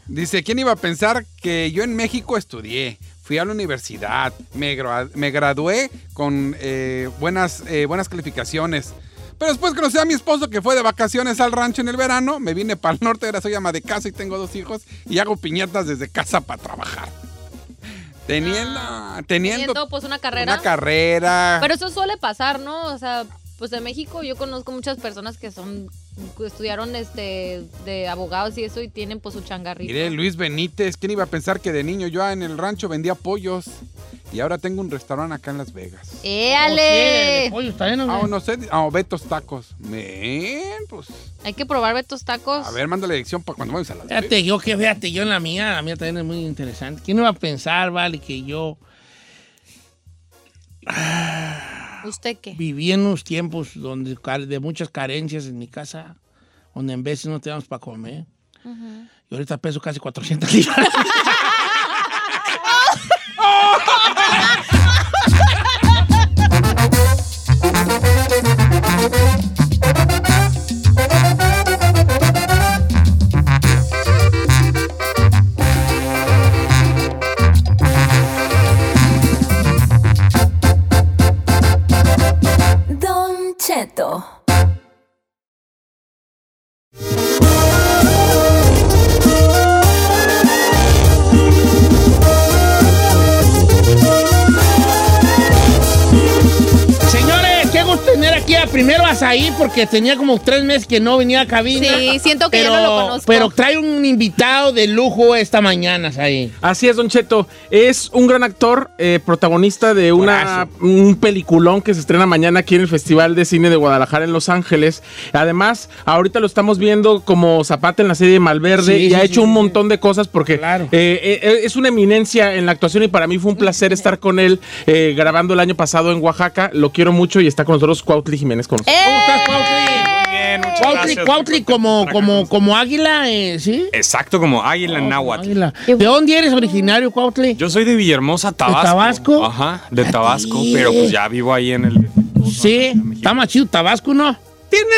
[SPEAKER 2] Dice, ¿quién iba a pensar que yo en México estudié? Fui a la universidad, me, gradua- me gradué con eh, buenas, eh, buenas calificaciones. Pero después conocí a mi esposo que fue de vacaciones al rancho en el verano, me vine para el norte, ahora soy ama de casa y tengo dos hijos y hago piñatas desde casa para trabajar. Teniendo, teniendo,
[SPEAKER 1] Teniendo, pues, una carrera.
[SPEAKER 2] Una carrera.
[SPEAKER 1] Pero eso suele pasar, ¿no? O sea, pues de México yo conozco muchas personas que son que estudiaron este de abogados y eso y tienen pues su changarrito.
[SPEAKER 2] Mire, Luis Benítez, ¿quién iba a pensar que de niño yo en el rancho vendía pollos? Y ahora tengo un restaurante acá en Las Vegas.
[SPEAKER 3] Oh, sí, de
[SPEAKER 1] ¡Éale!
[SPEAKER 3] pollo, está bien,
[SPEAKER 2] Ah,
[SPEAKER 3] ¿no?
[SPEAKER 2] o no sé. Ah, o Betos Tacos. Men, pues.
[SPEAKER 1] Hay que probar Betos Tacos.
[SPEAKER 2] A ver, mándale dirección para cuando vayas a Las Vegas.
[SPEAKER 3] Fíjate, yo que fíjate, yo en la mía, la mía también es muy interesante. ¿Quién iba a pensar, vale, que yo
[SPEAKER 1] ¿Usted qué?
[SPEAKER 3] viví en unos tiempos donde car- de muchas carencias en mi casa, donde en veces no teníamos para comer? Y ahorita peso casi 400 libras.
[SPEAKER 4] Don Cheto.
[SPEAKER 3] Señores, qué gusto tener aquí a primero a Saí, porque tenía como tres meses que no venía a cabina.
[SPEAKER 1] Sí, siento que ya no lo conozco.
[SPEAKER 3] Pero trae un invitado de lujo esta mañana, Saí.
[SPEAKER 8] Así es, Don Cheto. Es un gran actor, eh, protagonista de una, un peliculón que se estrena mañana aquí en el Festival de Cine de Guadalajara en Los Ángeles. Además, ahorita lo estamos viendo como Zapata en la serie de Malverde
[SPEAKER 3] Sí,
[SPEAKER 8] y
[SPEAKER 3] sí,
[SPEAKER 8] ha
[SPEAKER 3] sí,
[SPEAKER 8] hecho un
[SPEAKER 3] sí.
[SPEAKER 8] montón de cosas porque
[SPEAKER 3] Claro.
[SPEAKER 8] eh, eh, es una eminencia en la actuación y para mí fue un placer estar con él eh, grabando el año pasado en Oaxaca. Lo quiero mucho y está con nosotros Cuautli Jiménez con nosotros.
[SPEAKER 3] ¿Cómo estás, Cuautli?
[SPEAKER 1] Muy
[SPEAKER 9] bien, muchas
[SPEAKER 3] Cuautli,
[SPEAKER 9] gracias.
[SPEAKER 3] Cuautli como,
[SPEAKER 9] Por acá con
[SPEAKER 3] como,
[SPEAKER 9] ustedes.
[SPEAKER 3] como águila, eh, ¿sí?
[SPEAKER 9] Exacto, como águila
[SPEAKER 3] Oh,
[SPEAKER 9] en náhuatl.
[SPEAKER 3] Águila. ¿De dónde eres originario, Cuautli?
[SPEAKER 9] Yo soy de Villahermosa, Tabasco.
[SPEAKER 3] Tabasco?
[SPEAKER 9] Ajá, de Tabasco,
[SPEAKER 3] Sí.
[SPEAKER 9] pero pues ya vivo ahí en el...
[SPEAKER 3] sí, está más chido Tabasco, ¿no?
[SPEAKER 9] Sí,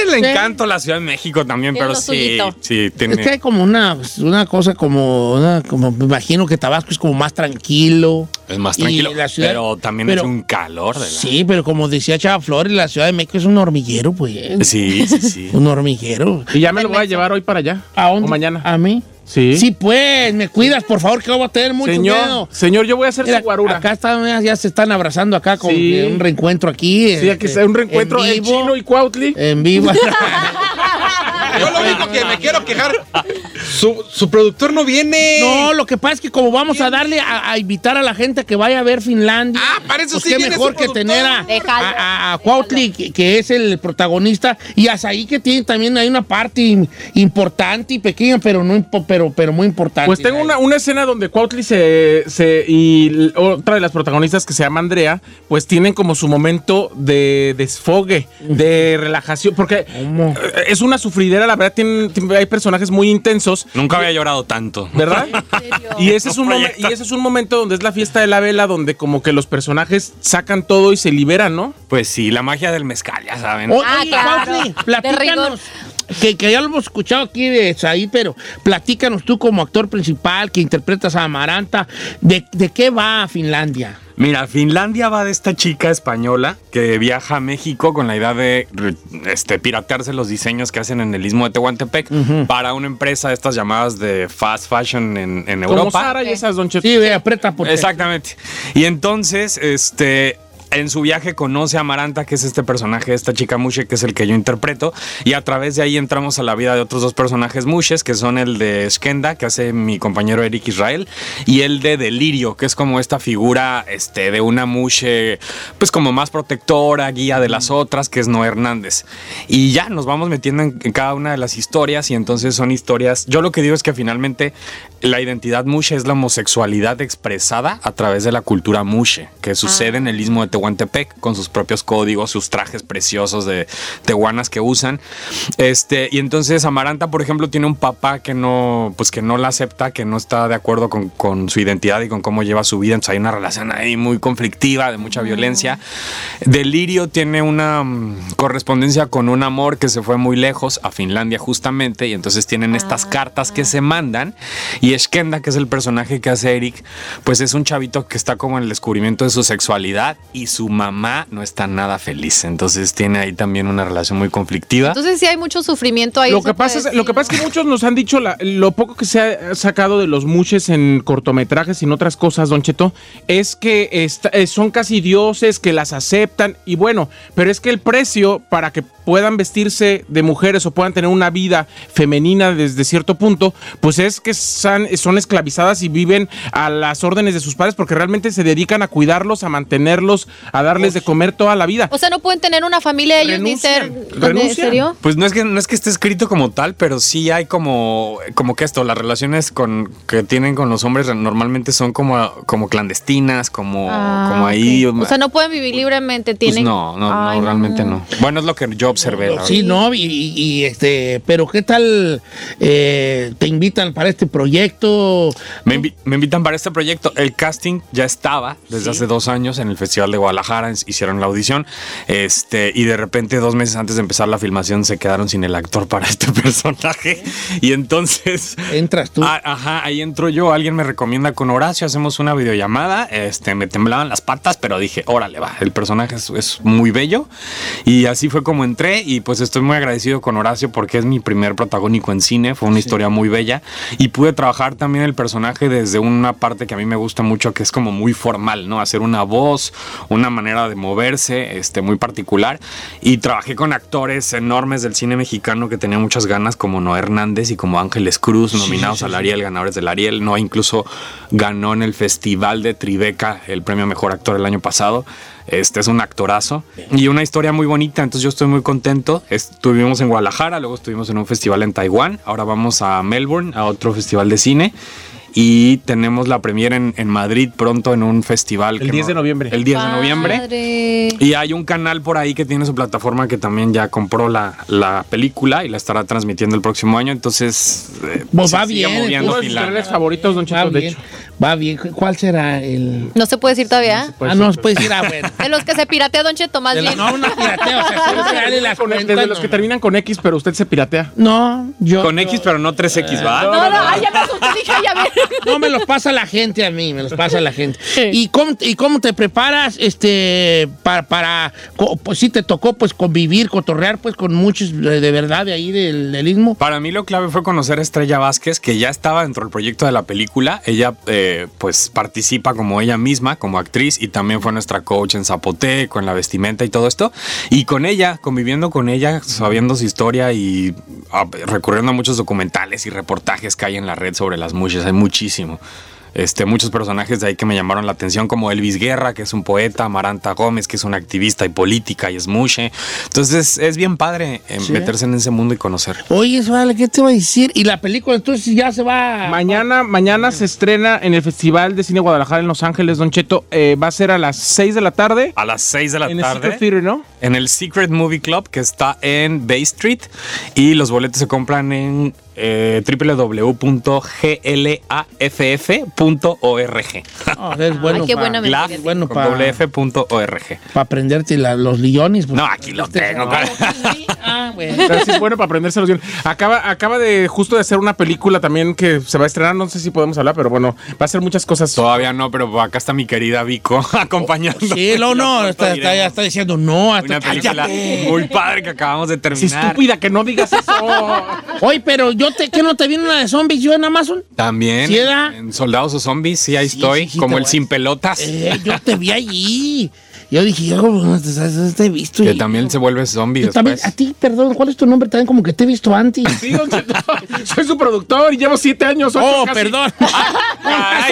[SPEAKER 9] Tiene el
[SPEAKER 3] Sí.
[SPEAKER 9] encanto la Ciudad de México también,
[SPEAKER 1] Tiene
[SPEAKER 9] pero
[SPEAKER 1] lo
[SPEAKER 9] sí,
[SPEAKER 1] suyito.
[SPEAKER 9] sí, tiene.
[SPEAKER 3] Es que hay como una, pues, una cosa como, una- como, me imagino que Tabasco es como más tranquilo.
[SPEAKER 9] Es más
[SPEAKER 3] Y
[SPEAKER 9] tranquilo.
[SPEAKER 3] la ciudad-
[SPEAKER 9] pero también
[SPEAKER 3] pero-
[SPEAKER 9] es un calor. De la-
[SPEAKER 3] Sí, pero como decía Chava Flores, la Ciudad de México es un hormiguero, pues.
[SPEAKER 9] Sí, sí, sí.
[SPEAKER 3] Un hormiguero.
[SPEAKER 8] Y ya me lo voy a llevar hoy para allá.
[SPEAKER 3] ¿A dónde?
[SPEAKER 8] O mañana.
[SPEAKER 3] ¿A mí?
[SPEAKER 8] Sí.
[SPEAKER 3] Sí, pues, me cuidas, por favor, que voy a tener mucho
[SPEAKER 8] señor,
[SPEAKER 3] miedo.
[SPEAKER 8] señor, yo voy a hacer
[SPEAKER 3] Mira,
[SPEAKER 8] su guarura.
[SPEAKER 3] acá están, mira, ya se están abrazando acá con
[SPEAKER 8] Sí.
[SPEAKER 3] eh, un reencuentro aquí. este,
[SPEAKER 8] sí, aquí está un reencuentro en, Chino y Cuautli.
[SPEAKER 3] En vivo.
[SPEAKER 2] Yo lo único que me quiero quejar, su, su productor no viene.
[SPEAKER 3] No, lo que pasa es que como vamos a darle a, a invitar a la gente a que vaya a ver Finlandia.
[SPEAKER 2] Ah, para eso
[SPEAKER 3] pues
[SPEAKER 2] sí
[SPEAKER 3] qué
[SPEAKER 2] viene
[SPEAKER 3] mejor
[SPEAKER 2] su
[SPEAKER 3] que
[SPEAKER 2] productor.
[SPEAKER 3] tener a,
[SPEAKER 1] Déjalo.
[SPEAKER 3] a- a- a Cuautli, que, que es el protagonista, y a Saí, que tiene también hay una parte im- importante y pequeña, pero no impo- pero, pero muy importante.
[SPEAKER 8] Pues tengo
[SPEAKER 3] Saí.
[SPEAKER 8] una, una escena donde Cuautli se, se- y l- otra de las protagonistas que se llama Andrea, pues tienen como su momento de desfogue, de relajación, porque
[SPEAKER 3] ¿Cómo?
[SPEAKER 8] eh, es una sufridera, la verdad, tienen- tienen- hay personajes muy intensos,
[SPEAKER 9] Nunca había llorado tanto.
[SPEAKER 8] ¿verdad? Y ese, es un
[SPEAKER 9] No
[SPEAKER 8] momen-
[SPEAKER 9] proyecta.
[SPEAKER 8] y ese es un momento donde es la fiesta de la vela, donde como que los personajes sacan todo y se liberan, ¿no?
[SPEAKER 9] Pues sí, la magia del mezcal, ya saben.
[SPEAKER 3] O-
[SPEAKER 1] Ah,
[SPEAKER 3] oye,
[SPEAKER 1] claro.
[SPEAKER 3] Cuautli,
[SPEAKER 1] De rigor.
[SPEAKER 3] platícanos. Que, que ya lo hemos escuchado aquí de Saí, pero platícanos tú como actor principal que interpretas a Amaranta, ¿de, de qué va a Finlandia?
[SPEAKER 9] Mira, Finlandia va de esta chica española que viaja a México con la idea de re- este, piratearse los diseños que hacen en el istmo de Tehuantepec para una empresa de estas llamadas de fast fashion en, en
[SPEAKER 8] Como
[SPEAKER 9] Europa.
[SPEAKER 8] Sara y esas Don Cheto.
[SPEAKER 3] Sí, ve, aprieta por
[SPEAKER 9] Exactamente. Y entonces, este. En su viaje conoce a Maranta, que es este personaje, esta chica Mushe, que es el que yo interpreto, y a través de ahí entramos a la vida de otros dos personajes Mushes, que son el de Skenda, que hace mi compañero Eric Israel, y el de Delirio, que es como esta figura este, de una Mushe, pues como más protectora, guía de las otras, que es Noé Hernández. Y ya nos vamos metiendo en en cada una de las historias, y entonces son historias. Yo lo que digo es que finalmente la identidad Mushe es la homosexualidad expresada a través de la cultura Mushe, que sucede en el istmo de Tehuantepec, con sus propios códigos, sus trajes preciosos de tehuanas que usan. Este, y entonces Amaranta, por ejemplo, tiene un papá que no, pues que no la acepta, que no está de acuerdo con, con su identidad y con cómo lleva su vida. Entonces hay una relación ahí muy conflictiva, de mucha violencia. Delirio tiene una mm, correspondencia con un amor que se fue muy lejos a Finlandia justamente y entonces tienen estas
[SPEAKER 1] Ah.
[SPEAKER 9] cartas que se mandan y Eskenda, que es el personaje que hace Eric, pues es un chavito que está como en el descubrimiento de su sexualidad y su mamá no está nada feliz, entonces tiene ahí también una relación muy conflictiva.
[SPEAKER 1] Entonces sí hay mucho sufrimiento ahí.
[SPEAKER 8] Lo
[SPEAKER 1] se
[SPEAKER 8] que,
[SPEAKER 1] puede
[SPEAKER 8] pasa es,
[SPEAKER 1] decir,
[SPEAKER 8] lo que pasa es que muchos nos han dicho la- lo poco que se ha sacado de los muches en cortometrajes y en otras cosas, Don Cheto, es que esta- eh, son casi dioses que las aceptan y bueno, pero es que el precio para que puedan vestirse de mujeres o puedan tener una vida femenina desde cierto punto, pues es que san- son esclavizadas y viven a las órdenes de sus padres porque realmente se dedican a cuidarlos, a mantenerlos, a darles de comer toda la vida.
[SPEAKER 1] O sea, no pueden tener una familia ellos
[SPEAKER 8] Renuncian,
[SPEAKER 1] ni ser. ¿En
[SPEAKER 8] renuncian.
[SPEAKER 1] serio?
[SPEAKER 9] Pues no es que no es que esté escrito como tal, pero sí hay como como que esto, las relaciones con que tienen con los hombres normalmente son como como clandestinas, como
[SPEAKER 1] Ah,
[SPEAKER 9] como ahí
[SPEAKER 1] ok. O sea, no pueden vivir libremente. Tienen...
[SPEAKER 9] Pues no, no,
[SPEAKER 1] Ay,
[SPEAKER 9] no, realmente no. Bueno, es lo que yo observé. la
[SPEAKER 3] Sí,
[SPEAKER 9] verdad.
[SPEAKER 3] no, y, y- y, este, pero ¿qué tal eh, te invitan para este proyecto?
[SPEAKER 9] Me, invi- me invitan para este proyecto. El casting ya estaba desde
[SPEAKER 3] Sí.
[SPEAKER 9] hace dos años en el Festival de Guadalajara. es- Hicieron la audición. Este, y de repente, dos meses antes de empezar la filmación, se quedaron sin el actor para este personaje. Y entonces.
[SPEAKER 3] Entras tú.
[SPEAKER 9] Ah, ajá, ahí entro yo. Alguien me recomienda con Horacio. Hacemos una videollamada. Este, me temblaban las patas, pero dije, órale, va. El personaje es, es muy bello. Y así fue como entré. Y pues estoy muy agradecido con Horacio porque es mi primer protagónico en cine. Fue una historia muy bella. Y pude trabajar también el personaje desde una parte que a mí me gusta mucho, que es como muy formal, ¿no? Hacer una voz, una manera de moverse, este, muy particular. Y trabajé con actores enormes del cine mexicano que tenía muchas ganas, como Noé Hernández y como Ángeles Cruz, nominados al Ariel, ganadores del Ariel. Noé incluso ganó en el Festival de Tribeca el premio a Mejor Actor el año pasado. Este es un actorazo y una historia muy bonita, entonces yo estoy muy contento. Estuvimos en Guadalajara, luego estuvimos en un festival en Taiwán, ahora vamos a Melbourne, a otro festival de cine. y tenemos la premiere en, en Madrid pronto en un festival.
[SPEAKER 8] El 10 de noviembre.
[SPEAKER 9] El 10 de noviembre.
[SPEAKER 1] Padre.
[SPEAKER 9] Y hay un canal por ahí que tiene su plataforma que también ya compró la, la película y la estará transmitiendo el próximo año. Entonces, eh,
[SPEAKER 3] Pues
[SPEAKER 9] se
[SPEAKER 3] va
[SPEAKER 9] sigue
[SPEAKER 3] bien,
[SPEAKER 9] moviendo
[SPEAKER 8] Uno de sus
[SPEAKER 9] Pilar.
[SPEAKER 8] canales favoritos, Don
[SPEAKER 3] Va
[SPEAKER 8] Cheto, de
[SPEAKER 3] bien,
[SPEAKER 8] hecho.
[SPEAKER 3] va bien. ¿Cuál será el...?
[SPEAKER 1] No se puede decir todavía.
[SPEAKER 8] Pues
[SPEAKER 3] ah,
[SPEAKER 8] sí,
[SPEAKER 3] no,
[SPEAKER 8] pues.
[SPEAKER 3] puedes ir a bueno.
[SPEAKER 1] De los que se piratea Don Cheto, más
[SPEAKER 3] De la-
[SPEAKER 1] bien.
[SPEAKER 3] no, no pirateo. O sea, sí, dale las
[SPEAKER 8] Con-
[SPEAKER 3] cuentas,
[SPEAKER 8] Desde los
[SPEAKER 3] no,
[SPEAKER 8] que
[SPEAKER 3] no.
[SPEAKER 8] terminan con X, pero usted se piratea.
[SPEAKER 3] No, yo...
[SPEAKER 9] Con
[SPEAKER 3] yo-
[SPEAKER 9] X, pero no 3X, ¿va?
[SPEAKER 1] No, no, ay, ya me asusté, dije, ay, a ver.
[SPEAKER 3] No me los pasa la gente a mí, me los pasa la gente.
[SPEAKER 1] Sí.
[SPEAKER 3] ¿Y cómo, ¿Y cómo te preparas este para, para co- pues si te tocó pues convivir, cotorrear pues con muchos de de verdad de ahí del, del istmo?
[SPEAKER 9] Para mí lo clave fue conocer a Estrella Vázquez, que ya estaba dentro del proyecto de la película. Ella eh, pues participa como ella misma, como actriz, y también fue nuestra coach en Zapoteco, en la vestimenta y todo esto. Y con ella, conviviendo con ella, sabiendo su historia y ah, recurriendo a muchos documentales y reportajes que hay en la red sobre las mushes, hay muchísimo. Este, muchos personajes de ahí que me llamaron la atención, como Elvis Guerra, que es un poeta, Maranta Gómez, que es una activista y política y es mushe. Entonces es bien padre eh, meterse en ese mundo y conocer.
[SPEAKER 3] Oye, vale, ¿qué te iba a decir? Y la película entonces ya se va
[SPEAKER 9] Ah,
[SPEAKER 8] Mañana, mañana se estrena en el Festival de Cine Guadalajara en Los Ángeles, Don Cheto. Eh, va a ser a las 6 de la tarde.
[SPEAKER 9] A las 6 de la
[SPEAKER 3] Eh,
[SPEAKER 8] en el
[SPEAKER 9] tarde.
[SPEAKER 8] Secret Theater, ¿no?
[SPEAKER 9] en el Secret Movie Club que está en Bay Street. Y los boletos se compran en eh, www.glaff.org.
[SPEAKER 3] Ah, es bueno
[SPEAKER 1] Ay, qué
[SPEAKER 3] pa-
[SPEAKER 1] buena memoria.
[SPEAKER 9] Glaf
[SPEAKER 3] bueno,
[SPEAKER 9] con
[SPEAKER 3] pa-
[SPEAKER 9] doble F punto org.
[SPEAKER 3] para aprenderte la- los guiones. pues.
[SPEAKER 9] No, aquí lo tengo,
[SPEAKER 3] Ah,
[SPEAKER 9] cara.
[SPEAKER 3] sí, ah, bueno.
[SPEAKER 8] Pero sí es bueno para aprenderse los guiones. Acaba, acaba de justo de hacer una película también que se va a estrenar. No sé si podemos hablar, pero bueno, va a ser muchas cosas.
[SPEAKER 9] Todavía no, pero acá está mi querida Vico acompañando.
[SPEAKER 3] Sí, no, no, está, está- ya está diciendo no. hasta-
[SPEAKER 9] Una película
[SPEAKER 3] cállate.
[SPEAKER 9] muy padre que acabamos de
[SPEAKER 8] Sí,
[SPEAKER 9] terminar.
[SPEAKER 8] estúpida, que no digas eso.
[SPEAKER 3] Oye, pero yo te, ¿qué no te viene una de zombies yo en Amazon?
[SPEAKER 9] También
[SPEAKER 3] Sí, ¿verdad?
[SPEAKER 9] en Soldados o Zombies, sí, ahí
[SPEAKER 3] Sí,
[SPEAKER 9] estoy,
[SPEAKER 3] sí, sí, te
[SPEAKER 9] como
[SPEAKER 3] voy
[SPEAKER 9] el
[SPEAKER 3] a-
[SPEAKER 9] sin pelotas.
[SPEAKER 3] Eh, yo te vi allí. Yo dije, yo no te, no te he visto.
[SPEAKER 9] que
[SPEAKER 3] Y-
[SPEAKER 9] también pues. se vuelve zombie
[SPEAKER 3] Eh, Yo también-
[SPEAKER 9] después.
[SPEAKER 3] a ti, perdón, ¿cuál es tu nombre? También como que te he visto antes.
[SPEAKER 8] Sí, Don Cheto, soy su productor y llevo siete años. ocho
[SPEAKER 3] Oh,
[SPEAKER 8] casi.
[SPEAKER 3] perdón.
[SPEAKER 9] Ah, Caray,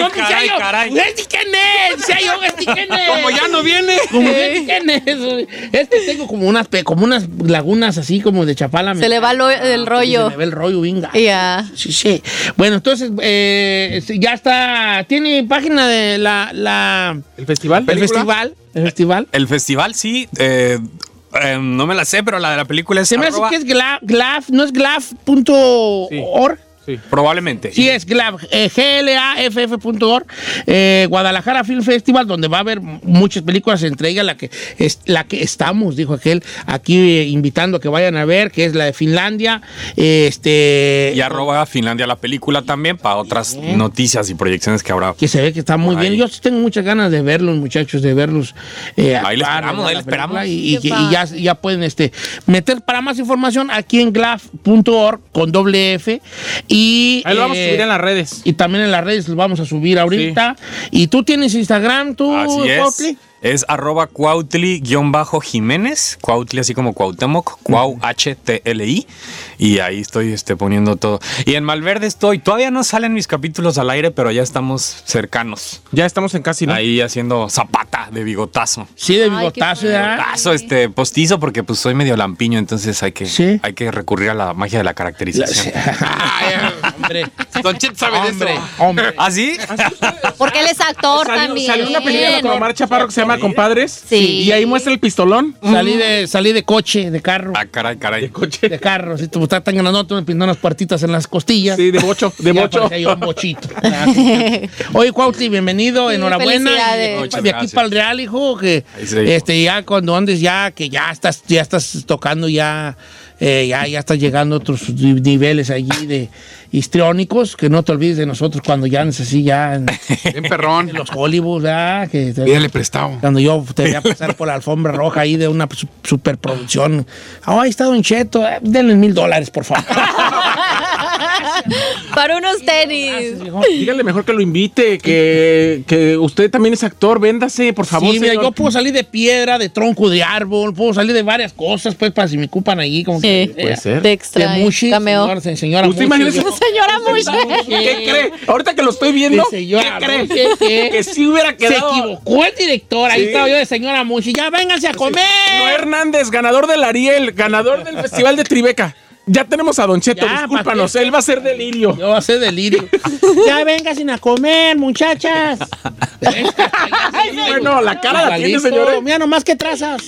[SPEAKER 3] Son, decía
[SPEAKER 9] caray,
[SPEAKER 3] yo,
[SPEAKER 9] caray.
[SPEAKER 3] "Este quién es? Decía yo, "Este quién es?"
[SPEAKER 9] Como ya no viene.
[SPEAKER 3] Como que, ¿quién es? Es que tengo como unas, pe- como unas lagunas así como de chapala. Ah, pues,
[SPEAKER 1] Se le va lo- el rollo.
[SPEAKER 3] Se me ve el rollo, venga.
[SPEAKER 1] Ya.
[SPEAKER 3] Sí, sí. Bueno, entonces, eh, sí, ya está. Tiene página de la. la
[SPEAKER 8] ¿El festival?
[SPEAKER 3] el festival. El festival.
[SPEAKER 9] El festival, sí. eh, eh, no me la sé, pero la de la película es.
[SPEAKER 3] Se me hace
[SPEAKER 9] arroba-
[SPEAKER 3] que es glaf, glaf no es glaf.org.
[SPEAKER 8] Sí.
[SPEAKER 9] Probablemente.
[SPEAKER 3] Sí, es GLAF, eh, glaff.org, eh, Guadalajara Film Festival, donde va a haber m- muchas películas, entre ellas la que, es, la que estamos, dijo aquel, aquí eh, invitando a que vayan a ver, que es la de Finlandia. eh, este,
[SPEAKER 9] Y arroba Finlandia la película también para otras noticias y proyecciones que habrá.
[SPEAKER 3] que se ve que está muy
[SPEAKER 9] Por ahí.
[SPEAKER 3] bien. Yo sí tengo muchas ganas de verlos, muchachos, de verlos. eh,
[SPEAKER 9] Ahí le
[SPEAKER 3] actuar,
[SPEAKER 9] esperamos,
[SPEAKER 3] ¿verdad?
[SPEAKER 9] ahí le
[SPEAKER 3] La película.
[SPEAKER 9] esperamos.
[SPEAKER 3] Y, y
[SPEAKER 1] Qué
[SPEAKER 3] que- y
[SPEAKER 1] padre.
[SPEAKER 3] ya, ya pueden este, meter para más información aquí en glaf.org con doble F. Y,
[SPEAKER 8] Ahí lo vamos a
[SPEAKER 3] eh,
[SPEAKER 8] subir en las redes.
[SPEAKER 3] Y también en las redes lo vamos a subir ahorita. Y tú tienes Instagram, tú,
[SPEAKER 9] Así es.
[SPEAKER 3] Cuautli?
[SPEAKER 9] Es arroba cuautli-jiménez, cuautli así como Cuauhtémoc, cuau H-T-L-I, y ahí estoy este, poniendo todo. Y en Malverde estoy, todavía no salen mis capítulos al aire, pero ya estamos cercanos,
[SPEAKER 8] Ya estamos en casi, ¿no?
[SPEAKER 9] ahí haciendo zapata de bigotazo.
[SPEAKER 3] Sí, de
[SPEAKER 1] Ay,
[SPEAKER 3] bigotazo,
[SPEAKER 1] qué padre.
[SPEAKER 3] ¿verdad?
[SPEAKER 8] Ah.
[SPEAKER 9] Paso este postizo porque pues soy medio lampiño, entonces hay que,
[SPEAKER 3] Sí.
[SPEAKER 9] hay que recurrir a la magia de la caracterización.
[SPEAKER 3] Ay, hombre,
[SPEAKER 2] Don Cheto sabe de
[SPEAKER 3] hombre,
[SPEAKER 2] eso.
[SPEAKER 3] hombre.
[SPEAKER 9] ¿Ah, sí?
[SPEAKER 1] Porque él es actor
[SPEAKER 8] Salió,
[SPEAKER 1] también.
[SPEAKER 8] salió una película con Omar Chaparro que se llama Compadres.
[SPEAKER 1] Sí.
[SPEAKER 8] Y ahí muestra el pistolón.
[SPEAKER 3] Salí de, salí de coche, de carro.
[SPEAKER 9] Ah, caray, caray.
[SPEAKER 3] De carro, si tú estás tan grandote, me pintan unas puertitas en las costillas.
[SPEAKER 8] Sí, de bocho, de
[SPEAKER 3] Ya
[SPEAKER 8] bocho.
[SPEAKER 3] parecía yo un bochito. Oye, Cuautli, bienvenido,
[SPEAKER 1] Sí,
[SPEAKER 3] enhorabuena.
[SPEAKER 1] felicidades.
[SPEAKER 3] Y De,
[SPEAKER 9] Muchas
[SPEAKER 3] de aquí
[SPEAKER 9] gracias.
[SPEAKER 3] para el Real, hijo, que
[SPEAKER 9] Ahí seguimos.
[SPEAKER 3] este, ya cuando andes ya, que ya estás, ya estás tocando ya, eh, ya, ya estás llegando a otros ni- niveles allí de histriónicos, que no te olvides de nosotros cuando ya andes así ya en,
[SPEAKER 2] Bien perrón.
[SPEAKER 3] en los Hollywood, ¿verdad? Que te-
[SPEAKER 2] Pídele prestado.
[SPEAKER 3] cuando yo te voy a pasar por la alfombra roja ahí de una su- superproducción. Ah, ahí está Don Cheto. eh, Denle mil dólares, por favor.
[SPEAKER 1] Para unos tenis.
[SPEAKER 8] Dígale mejor que lo invite, que, que usted también es actor, véndase, por favor.
[SPEAKER 3] sí, mira,
[SPEAKER 8] señor.
[SPEAKER 3] yo puedo salir de piedra, de tronco de árbol, puedo salir de varias cosas, pues, para si me ocupan allí, como
[SPEAKER 1] Sí.
[SPEAKER 3] que... eh,
[SPEAKER 8] ser.
[SPEAKER 1] Te
[SPEAKER 3] de
[SPEAKER 1] extraño.
[SPEAKER 3] Mushi,
[SPEAKER 1] cameo.
[SPEAKER 3] señor, se- señora
[SPEAKER 8] ¿Usted
[SPEAKER 3] Mushi,
[SPEAKER 8] imagínese-
[SPEAKER 3] yo-
[SPEAKER 1] Señora Mushe.
[SPEAKER 8] ¿Qué cree? Ahorita que lo estoy viendo,
[SPEAKER 3] de
[SPEAKER 8] ¿qué
[SPEAKER 3] señora
[SPEAKER 8] cree?
[SPEAKER 3] Mushi, que-
[SPEAKER 8] Que si hubiera
[SPEAKER 3] Se
[SPEAKER 8] quedado...
[SPEAKER 3] equivocó el director, ahí estaba yo de señora Mushi, ya vénganse a comer.
[SPEAKER 8] No Hernández, ganador del Ariel, ganador del Festival de Tribeca. Ya tenemos a Don Cheto,
[SPEAKER 3] Ya,
[SPEAKER 8] discúlpanos.
[SPEAKER 3] ¿pa' qué?
[SPEAKER 8] Él va a ser delirio.
[SPEAKER 3] Yo va a ser delirio. ya venga sin a comer, muchachas.
[SPEAKER 8] Ay, bueno, la cara la tiene,
[SPEAKER 3] Igualito.
[SPEAKER 8] señores.
[SPEAKER 3] Mira nomás qué trazas.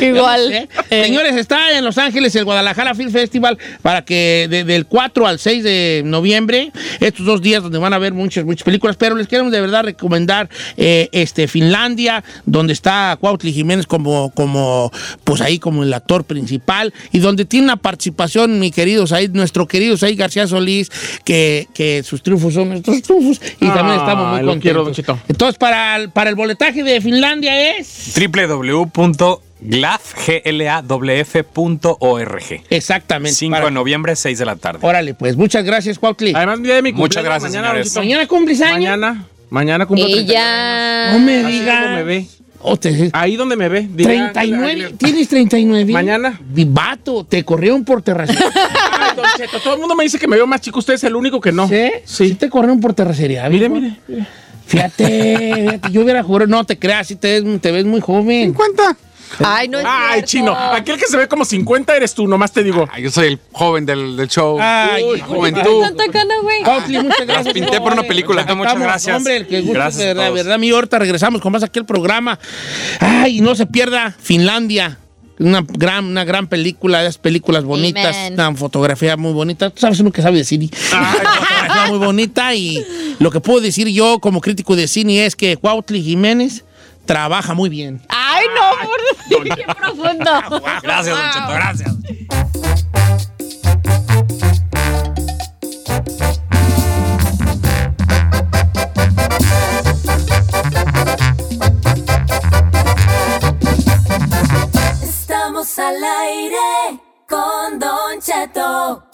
[SPEAKER 1] Igual.
[SPEAKER 3] Igual. Señores, está en Los Ángeles el Guadalajara Film Festival para que de- del 4 al 6 de noviembre, estos dos días donde van a ver muchas, muchas películas, pero les queremos de verdad recomendar eh, este Finlandia, donde está Cuautli Jiménez como, como, pues ahí como el actor principal y donde tiene una participación, mi querido Said, nuestro querido Said García Solís, que, que sus triunfos son nuestros triunfos y también
[SPEAKER 8] Ah,
[SPEAKER 3] estamos muy
[SPEAKER 8] lo
[SPEAKER 3] contentos.
[SPEAKER 8] quiero, Don Cheto.
[SPEAKER 3] Entonces, para el, para el boletaje de Finlandia es.
[SPEAKER 9] www.glaf.org.
[SPEAKER 3] Exactamente.
[SPEAKER 9] 5
[SPEAKER 3] para-
[SPEAKER 9] de noviembre, 6 de la tarde.
[SPEAKER 3] Órale, pues muchas gracias, Cuauhtli.
[SPEAKER 8] Además, día de mi
[SPEAKER 9] Muchas
[SPEAKER 8] cumpleaños,
[SPEAKER 9] gracias,
[SPEAKER 8] mañana,
[SPEAKER 9] señores.
[SPEAKER 8] Don Cheto.
[SPEAKER 3] Mañana cumples años.
[SPEAKER 8] Mañana, mañana cumple
[SPEAKER 1] Eh,
[SPEAKER 8] 39.
[SPEAKER 1] Ella.
[SPEAKER 3] No me
[SPEAKER 8] Así es como
[SPEAKER 3] digas.
[SPEAKER 8] me ve. Ah,
[SPEAKER 3] Oh, te-
[SPEAKER 8] Ahí donde me ve. dirá-
[SPEAKER 3] 39. ¿Tienes 39?
[SPEAKER 8] Mañana.
[SPEAKER 3] Mi Vato, te corrieron por terracería.
[SPEAKER 8] Ay, Don Cheto, todo el mundo me dice que me veo más chico. Usted es el único que no.
[SPEAKER 3] ¿Sí? Sí, te corrieron por terracería.
[SPEAKER 8] Mire,
[SPEAKER 3] viejo.
[SPEAKER 8] mire.
[SPEAKER 3] Fíjate, fíjate, yo hubiera jurado, no te creas, si te, ves- te ves muy joven.
[SPEAKER 2] ¿Cuenta?
[SPEAKER 1] Ay, no es
[SPEAKER 8] Ay,
[SPEAKER 1] cierto.
[SPEAKER 8] chino. Aquel que se ve como 50 eres tú, nomás te digo.
[SPEAKER 2] Ah, yo soy el joven del, del show.
[SPEAKER 3] Ay,
[SPEAKER 2] Uy,
[SPEAKER 3] hijo de-
[SPEAKER 2] juventud.
[SPEAKER 1] Tanta cana, güey.
[SPEAKER 3] Cuauhtli, muchas
[SPEAKER 2] Las
[SPEAKER 3] gracias.
[SPEAKER 2] pinté por una película.
[SPEAKER 3] Estamos,
[SPEAKER 9] Muchas gracias.
[SPEAKER 3] Hombre, el que guste,
[SPEAKER 9] Gracias a
[SPEAKER 3] de la
[SPEAKER 9] todos.
[SPEAKER 3] verdad, mi horta, regresamos con más aquí el programa. Ay, no se pierda Finlandia. Una gran, una gran película, esas películas bonitas,
[SPEAKER 1] Amen.
[SPEAKER 3] una fotografía muy bonita. Tú sabes uno que sabe de cine. Una fotografía muy bonita y lo que puedo decir yo como crítico de cine es que Cuautli Jiménez trabaja muy bien.
[SPEAKER 1] Ay, no, por Dios, qué profundo.
[SPEAKER 9] Gracias, Don Cheto, gracias.
[SPEAKER 4] Estamos al aire con Don Cheto.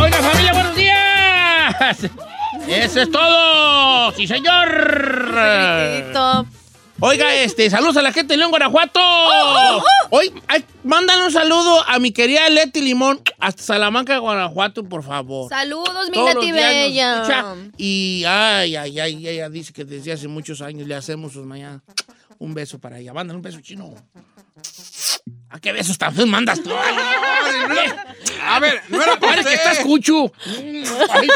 [SPEAKER 3] Oiga, familia, buenos días. Eso es todo. Sí, señor.
[SPEAKER 1] Chiquito.
[SPEAKER 3] Oiga, este, saludos a la gente de León,
[SPEAKER 1] Oh,
[SPEAKER 3] Guanajuato. Hoy, ay, mándale un saludo a mi querida Leti Limón hasta Salamanca, Guanajuato, por favor.
[SPEAKER 1] Saludos, mi
[SPEAKER 3] Todos los
[SPEAKER 1] Leti
[SPEAKER 3] días nos
[SPEAKER 1] Bella.
[SPEAKER 3] escucha y ay, ay, ay, ella dice que desde hace muchos años le hacemos sus mañanas. Un beso para ella. Mándale un beso chino. ¿A qué besos tan feos mandas tú?
[SPEAKER 2] A ver, no era por
[SPEAKER 3] Parece que
[SPEAKER 2] usted.
[SPEAKER 3] estás cucho. Ay.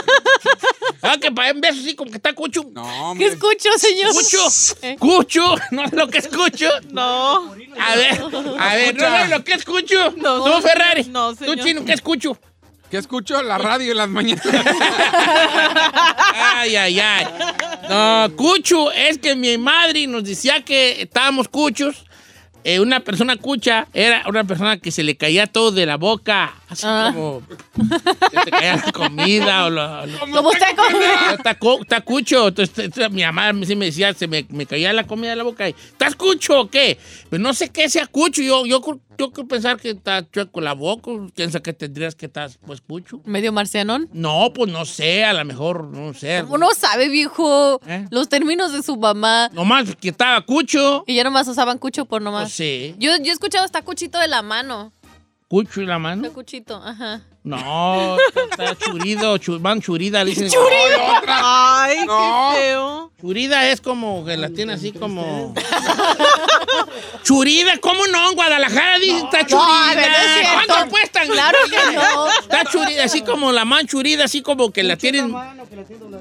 [SPEAKER 3] Ah, que para un beso así como que está cucho.
[SPEAKER 2] No,
[SPEAKER 1] ¿Qué
[SPEAKER 2] hombre.
[SPEAKER 1] escucho, señor?
[SPEAKER 3] Cucho, cucho, no es lo que escucho.
[SPEAKER 6] No,
[SPEAKER 3] A ver, a ver, no sabes lo que escucho.
[SPEAKER 6] No,
[SPEAKER 3] Tú,
[SPEAKER 6] señor.
[SPEAKER 3] Ferrari.
[SPEAKER 6] No,
[SPEAKER 3] Tú,
[SPEAKER 6] señor.
[SPEAKER 3] Chino, ¿qué escucho?
[SPEAKER 2] ¿Qué escucho? La radio en las mañanas.
[SPEAKER 3] Ay, ay, ay. No, cucho, es que mi madre nos decía que estábamos cuchos. Eh, una persona cucha era una persona que se le caía todo de la boca. Así
[SPEAKER 6] Ah.
[SPEAKER 3] como. Se te caía la comida o lo- lo-
[SPEAKER 1] ¿Cómo usted comió?
[SPEAKER 3] Está cu- está cucho. Ah, Entonces, t- t- mi mamá sí me decía, se me, me caía la comida de la boca. y, ¿Estás cucho o qué? Pues no sé qué sea cucho. Yo, yo, cre- yo creo pensar que está chueco la boca. Piensa que tendrías que estar, pues, cucho.
[SPEAKER 1] ¿Medio marcianón?
[SPEAKER 3] No, pues no sé, a lo mejor, no sé.
[SPEAKER 1] Uno sabe, viejo,
[SPEAKER 3] ¿Eh?
[SPEAKER 1] los términos de su mamá.
[SPEAKER 3] Nomás que estaba cucho.
[SPEAKER 1] Y ya nomás usaban cucho por nomás.
[SPEAKER 3] No sé.
[SPEAKER 1] Yo, yo he escuchado hasta cuchito de la mano.
[SPEAKER 3] ¿Cucho y la
[SPEAKER 1] Está
[SPEAKER 3] mano?
[SPEAKER 1] cuchito, ajá.
[SPEAKER 3] No, está churido, chu- van churida, le dicen.
[SPEAKER 6] ay,
[SPEAKER 2] No.
[SPEAKER 6] qué feo.
[SPEAKER 3] Churida es como que la tiene así como. churida, ¿cómo no? En Guadalajara dice está churida.
[SPEAKER 1] a ver, no es cierto.
[SPEAKER 3] ¿Cuánto pues tan
[SPEAKER 1] Claro que no.
[SPEAKER 3] Está churida, así como la man churida, así como que la tienen. La-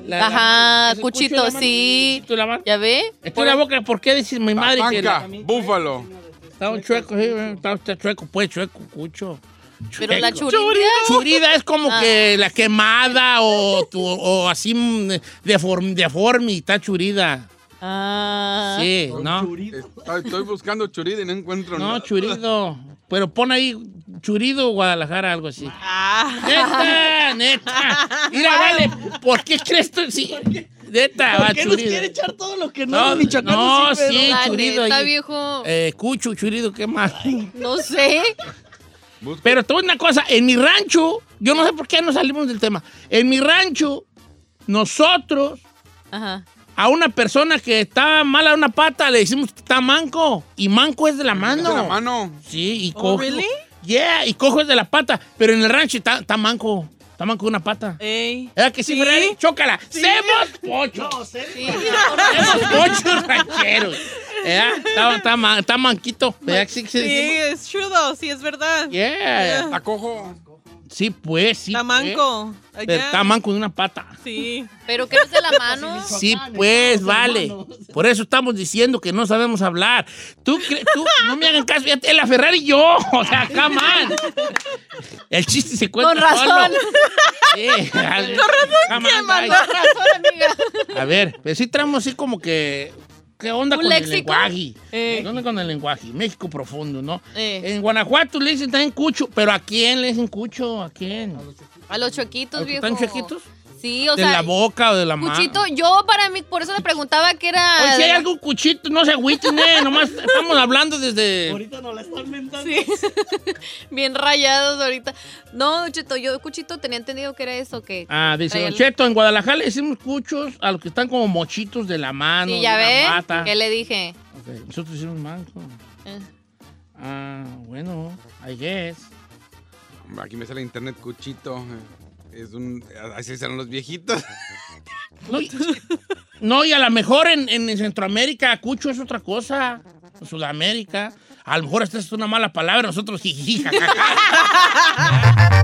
[SPEAKER 3] la-
[SPEAKER 1] Ajá,
[SPEAKER 3] ¿Ese
[SPEAKER 1] cuchito,
[SPEAKER 3] cucho de la mano?
[SPEAKER 1] sí.
[SPEAKER 3] Cuchito de la mano.
[SPEAKER 1] ¿Ya ve?
[SPEAKER 3] Estoy en la boca, ¿por qué dices mi madre que
[SPEAKER 2] Panca,
[SPEAKER 3] la-
[SPEAKER 2] búfalo.
[SPEAKER 3] está un chueco? sí, Está está chueco, pues chueco, cucho.
[SPEAKER 1] Pero la
[SPEAKER 3] Chueco.
[SPEAKER 1] churida.
[SPEAKER 3] Churida es como
[SPEAKER 1] Ah.
[SPEAKER 3] que la quemada o, tu- o así mm, deform- deforme, está churida.
[SPEAKER 1] Ah.
[SPEAKER 3] Sí, ¿no?
[SPEAKER 2] Estoy, estoy buscando churida y no encuentro
[SPEAKER 3] No,
[SPEAKER 2] nada.
[SPEAKER 3] churido. Pero pon ahí churido Guadalajara, algo así.
[SPEAKER 6] Ah,
[SPEAKER 3] Neta, neta. Mira, vale, ¿por qué crees tú? Sí, neta, va,
[SPEAKER 7] ¿Por qué nos
[SPEAKER 3] churido.
[SPEAKER 7] quiere echar todo lo que no,
[SPEAKER 3] Ah, No,
[SPEAKER 7] no Michoacán?
[SPEAKER 3] no, sí,
[SPEAKER 1] La
[SPEAKER 3] churido.
[SPEAKER 1] neta,
[SPEAKER 3] ahí.
[SPEAKER 1] viejo.
[SPEAKER 3] Eh, cucho, churido, ¿qué más?
[SPEAKER 1] No sé.
[SPEAKER 3] Pero toda una cosa, en mi rancho, yo no sé por qué no salimos del tema. En mi rancho, nosotros
[SPEAKER 1] Ajá.
[SPEAKER 3] a una persona que está mala de una pata le decimos que está manco. Y manco es de la mano.
[SPEAKER 2] De la mano.
[SPEAKER 3] Sí, y cojo.
[SPEAKER 6] Oh, ¿really?
[SPEAKER 3] Yeah, y cojo es de la pata. Pero en el rancho está, está manco. Está manco una pata.
[SPEAKER 6] ey.
[SPEAKER 3] ¿Era que sí,
[SPEAKER 6] Eh, Sí.
[SPEAKER 3] Ferrari? ¡Chócala! ¡Semos pochos!
[SPEAKER 7] No, serio.
[SPEAKER 1] Sí.
[SPEAKER 3] ¡Semos pochos rancheros! ¿Eh? Está, está ma- está manquito. ¿verdad? Sí, sí,
[SPEAKER 6] Sí,
[SPEAKER 3] sí.
[SPEAKER 6] es chudo, sí, es verdad.
[SPEAKER 3] Yeah. Ah,
[SPEAKER 2] La cojo.
[SPEAKER 3] Sí, pues, sí.
[SPEAKER 6] Está manco.
[SPEAKER 3] pues. Pero
[SPEAKER 6] Allá.
[SPEAKER 3] Está manco de una pata.
[SPEAKER 6] Sí.
[SPEAKER 1] ¿Pero qué es de la mano?
[SPEAKER 3] Sí, pues, vale. Por eso estamos diciendo que no sabemos hablar. Tú, cre- tú no me hagan caso, fíjate, la Ferrari y yo. O sea, come on. El chiste se cuenta
[SPEAKER 1] Con razón.
[SPEAKER 3] solo. Sí, dale. Come on,
[SPEAKER 1] Con
[SPEAKER 3] guys.
[SPEAKER 1] razón, amiga.
[SPEAKER 3] A ver, pero sí traemos así como que... ¿Qué onda
[SPEAKER 1] ¿Un
[SPEAKER 3] con
[SPEAKER 1] léxico?
[SPEAKER 3] el lenguaje?
[SPEAKER 1] Eh.
[SPEAKER 3] ¿Qué onda con el lenguaje? México profundo, ¿no?
[SPEAKER 1] Eh.
[SPEAKER 3] En Guanajuato le dicen también cucho, pero ¿a quién le dicen cucho? ¿A quién?
[SPEAKER 1] A los
[SPEAKER 3] ¿A
[SPEAKER 1] choquitos,
[SPEAKER 3] los que
[SPEAKER 1] viejo.
[SPEAKER 3] están chuequitos?
[SPEAKER 1] Sí, o
[SPEAKER 3] ¿De
[SPEAKER 1] sea.
[SPEAKER 3] la boca o de la mano?
[SPEAKER 1] Cuchito, yo para mí, por eso le preguntaba que era.
[SPEAKER 3] Oye, si
[SPEAKER 1] de-
[SPEAKER 3] hay algún cuchito, no se agüiten, eh. Nomás estamos hablando desde.
[SPEAKER 7] Ahorita no la están mentando.
[SPEAKER 1] Sí. Bien rayados ahorita. No, Don Cheto, yo Cuchito tenía entendido que era eso, que.
[SPEAKER 3] Ah, dice
[SPEAKER 1] Trae
[SPEAKER 3] Don
[SPEAKER 1] el-
[SPEAKER 3] Cheto, en Guadalajara le decimos cuchos a los que están como mochitos de la mano.
[SPEAKER 1] sí, ya
[SPEAKER 3] de la
[SPEAKER 1] ve.
[SPEAKER 3] pata.
[SPEAKER 1] ¿Qué le dije?
[SPEAKER 3] Ok, Nosotros hicimos manco.
[SPEAKER 1] Eh.
[SPEAKER 3] Ah, bueno, I guess.
[SPEAKER 2] Hombre, Aquí me sale internet cuchito. Es un. Así serán los viejitos.
[SPEAKER 3] No, y, no, y a lo mejor en, en Centroamérica, cucho es otra cosa. En Sudamérica. A lo mejor esta es una mala palabra, nosotros jiji, jajaja.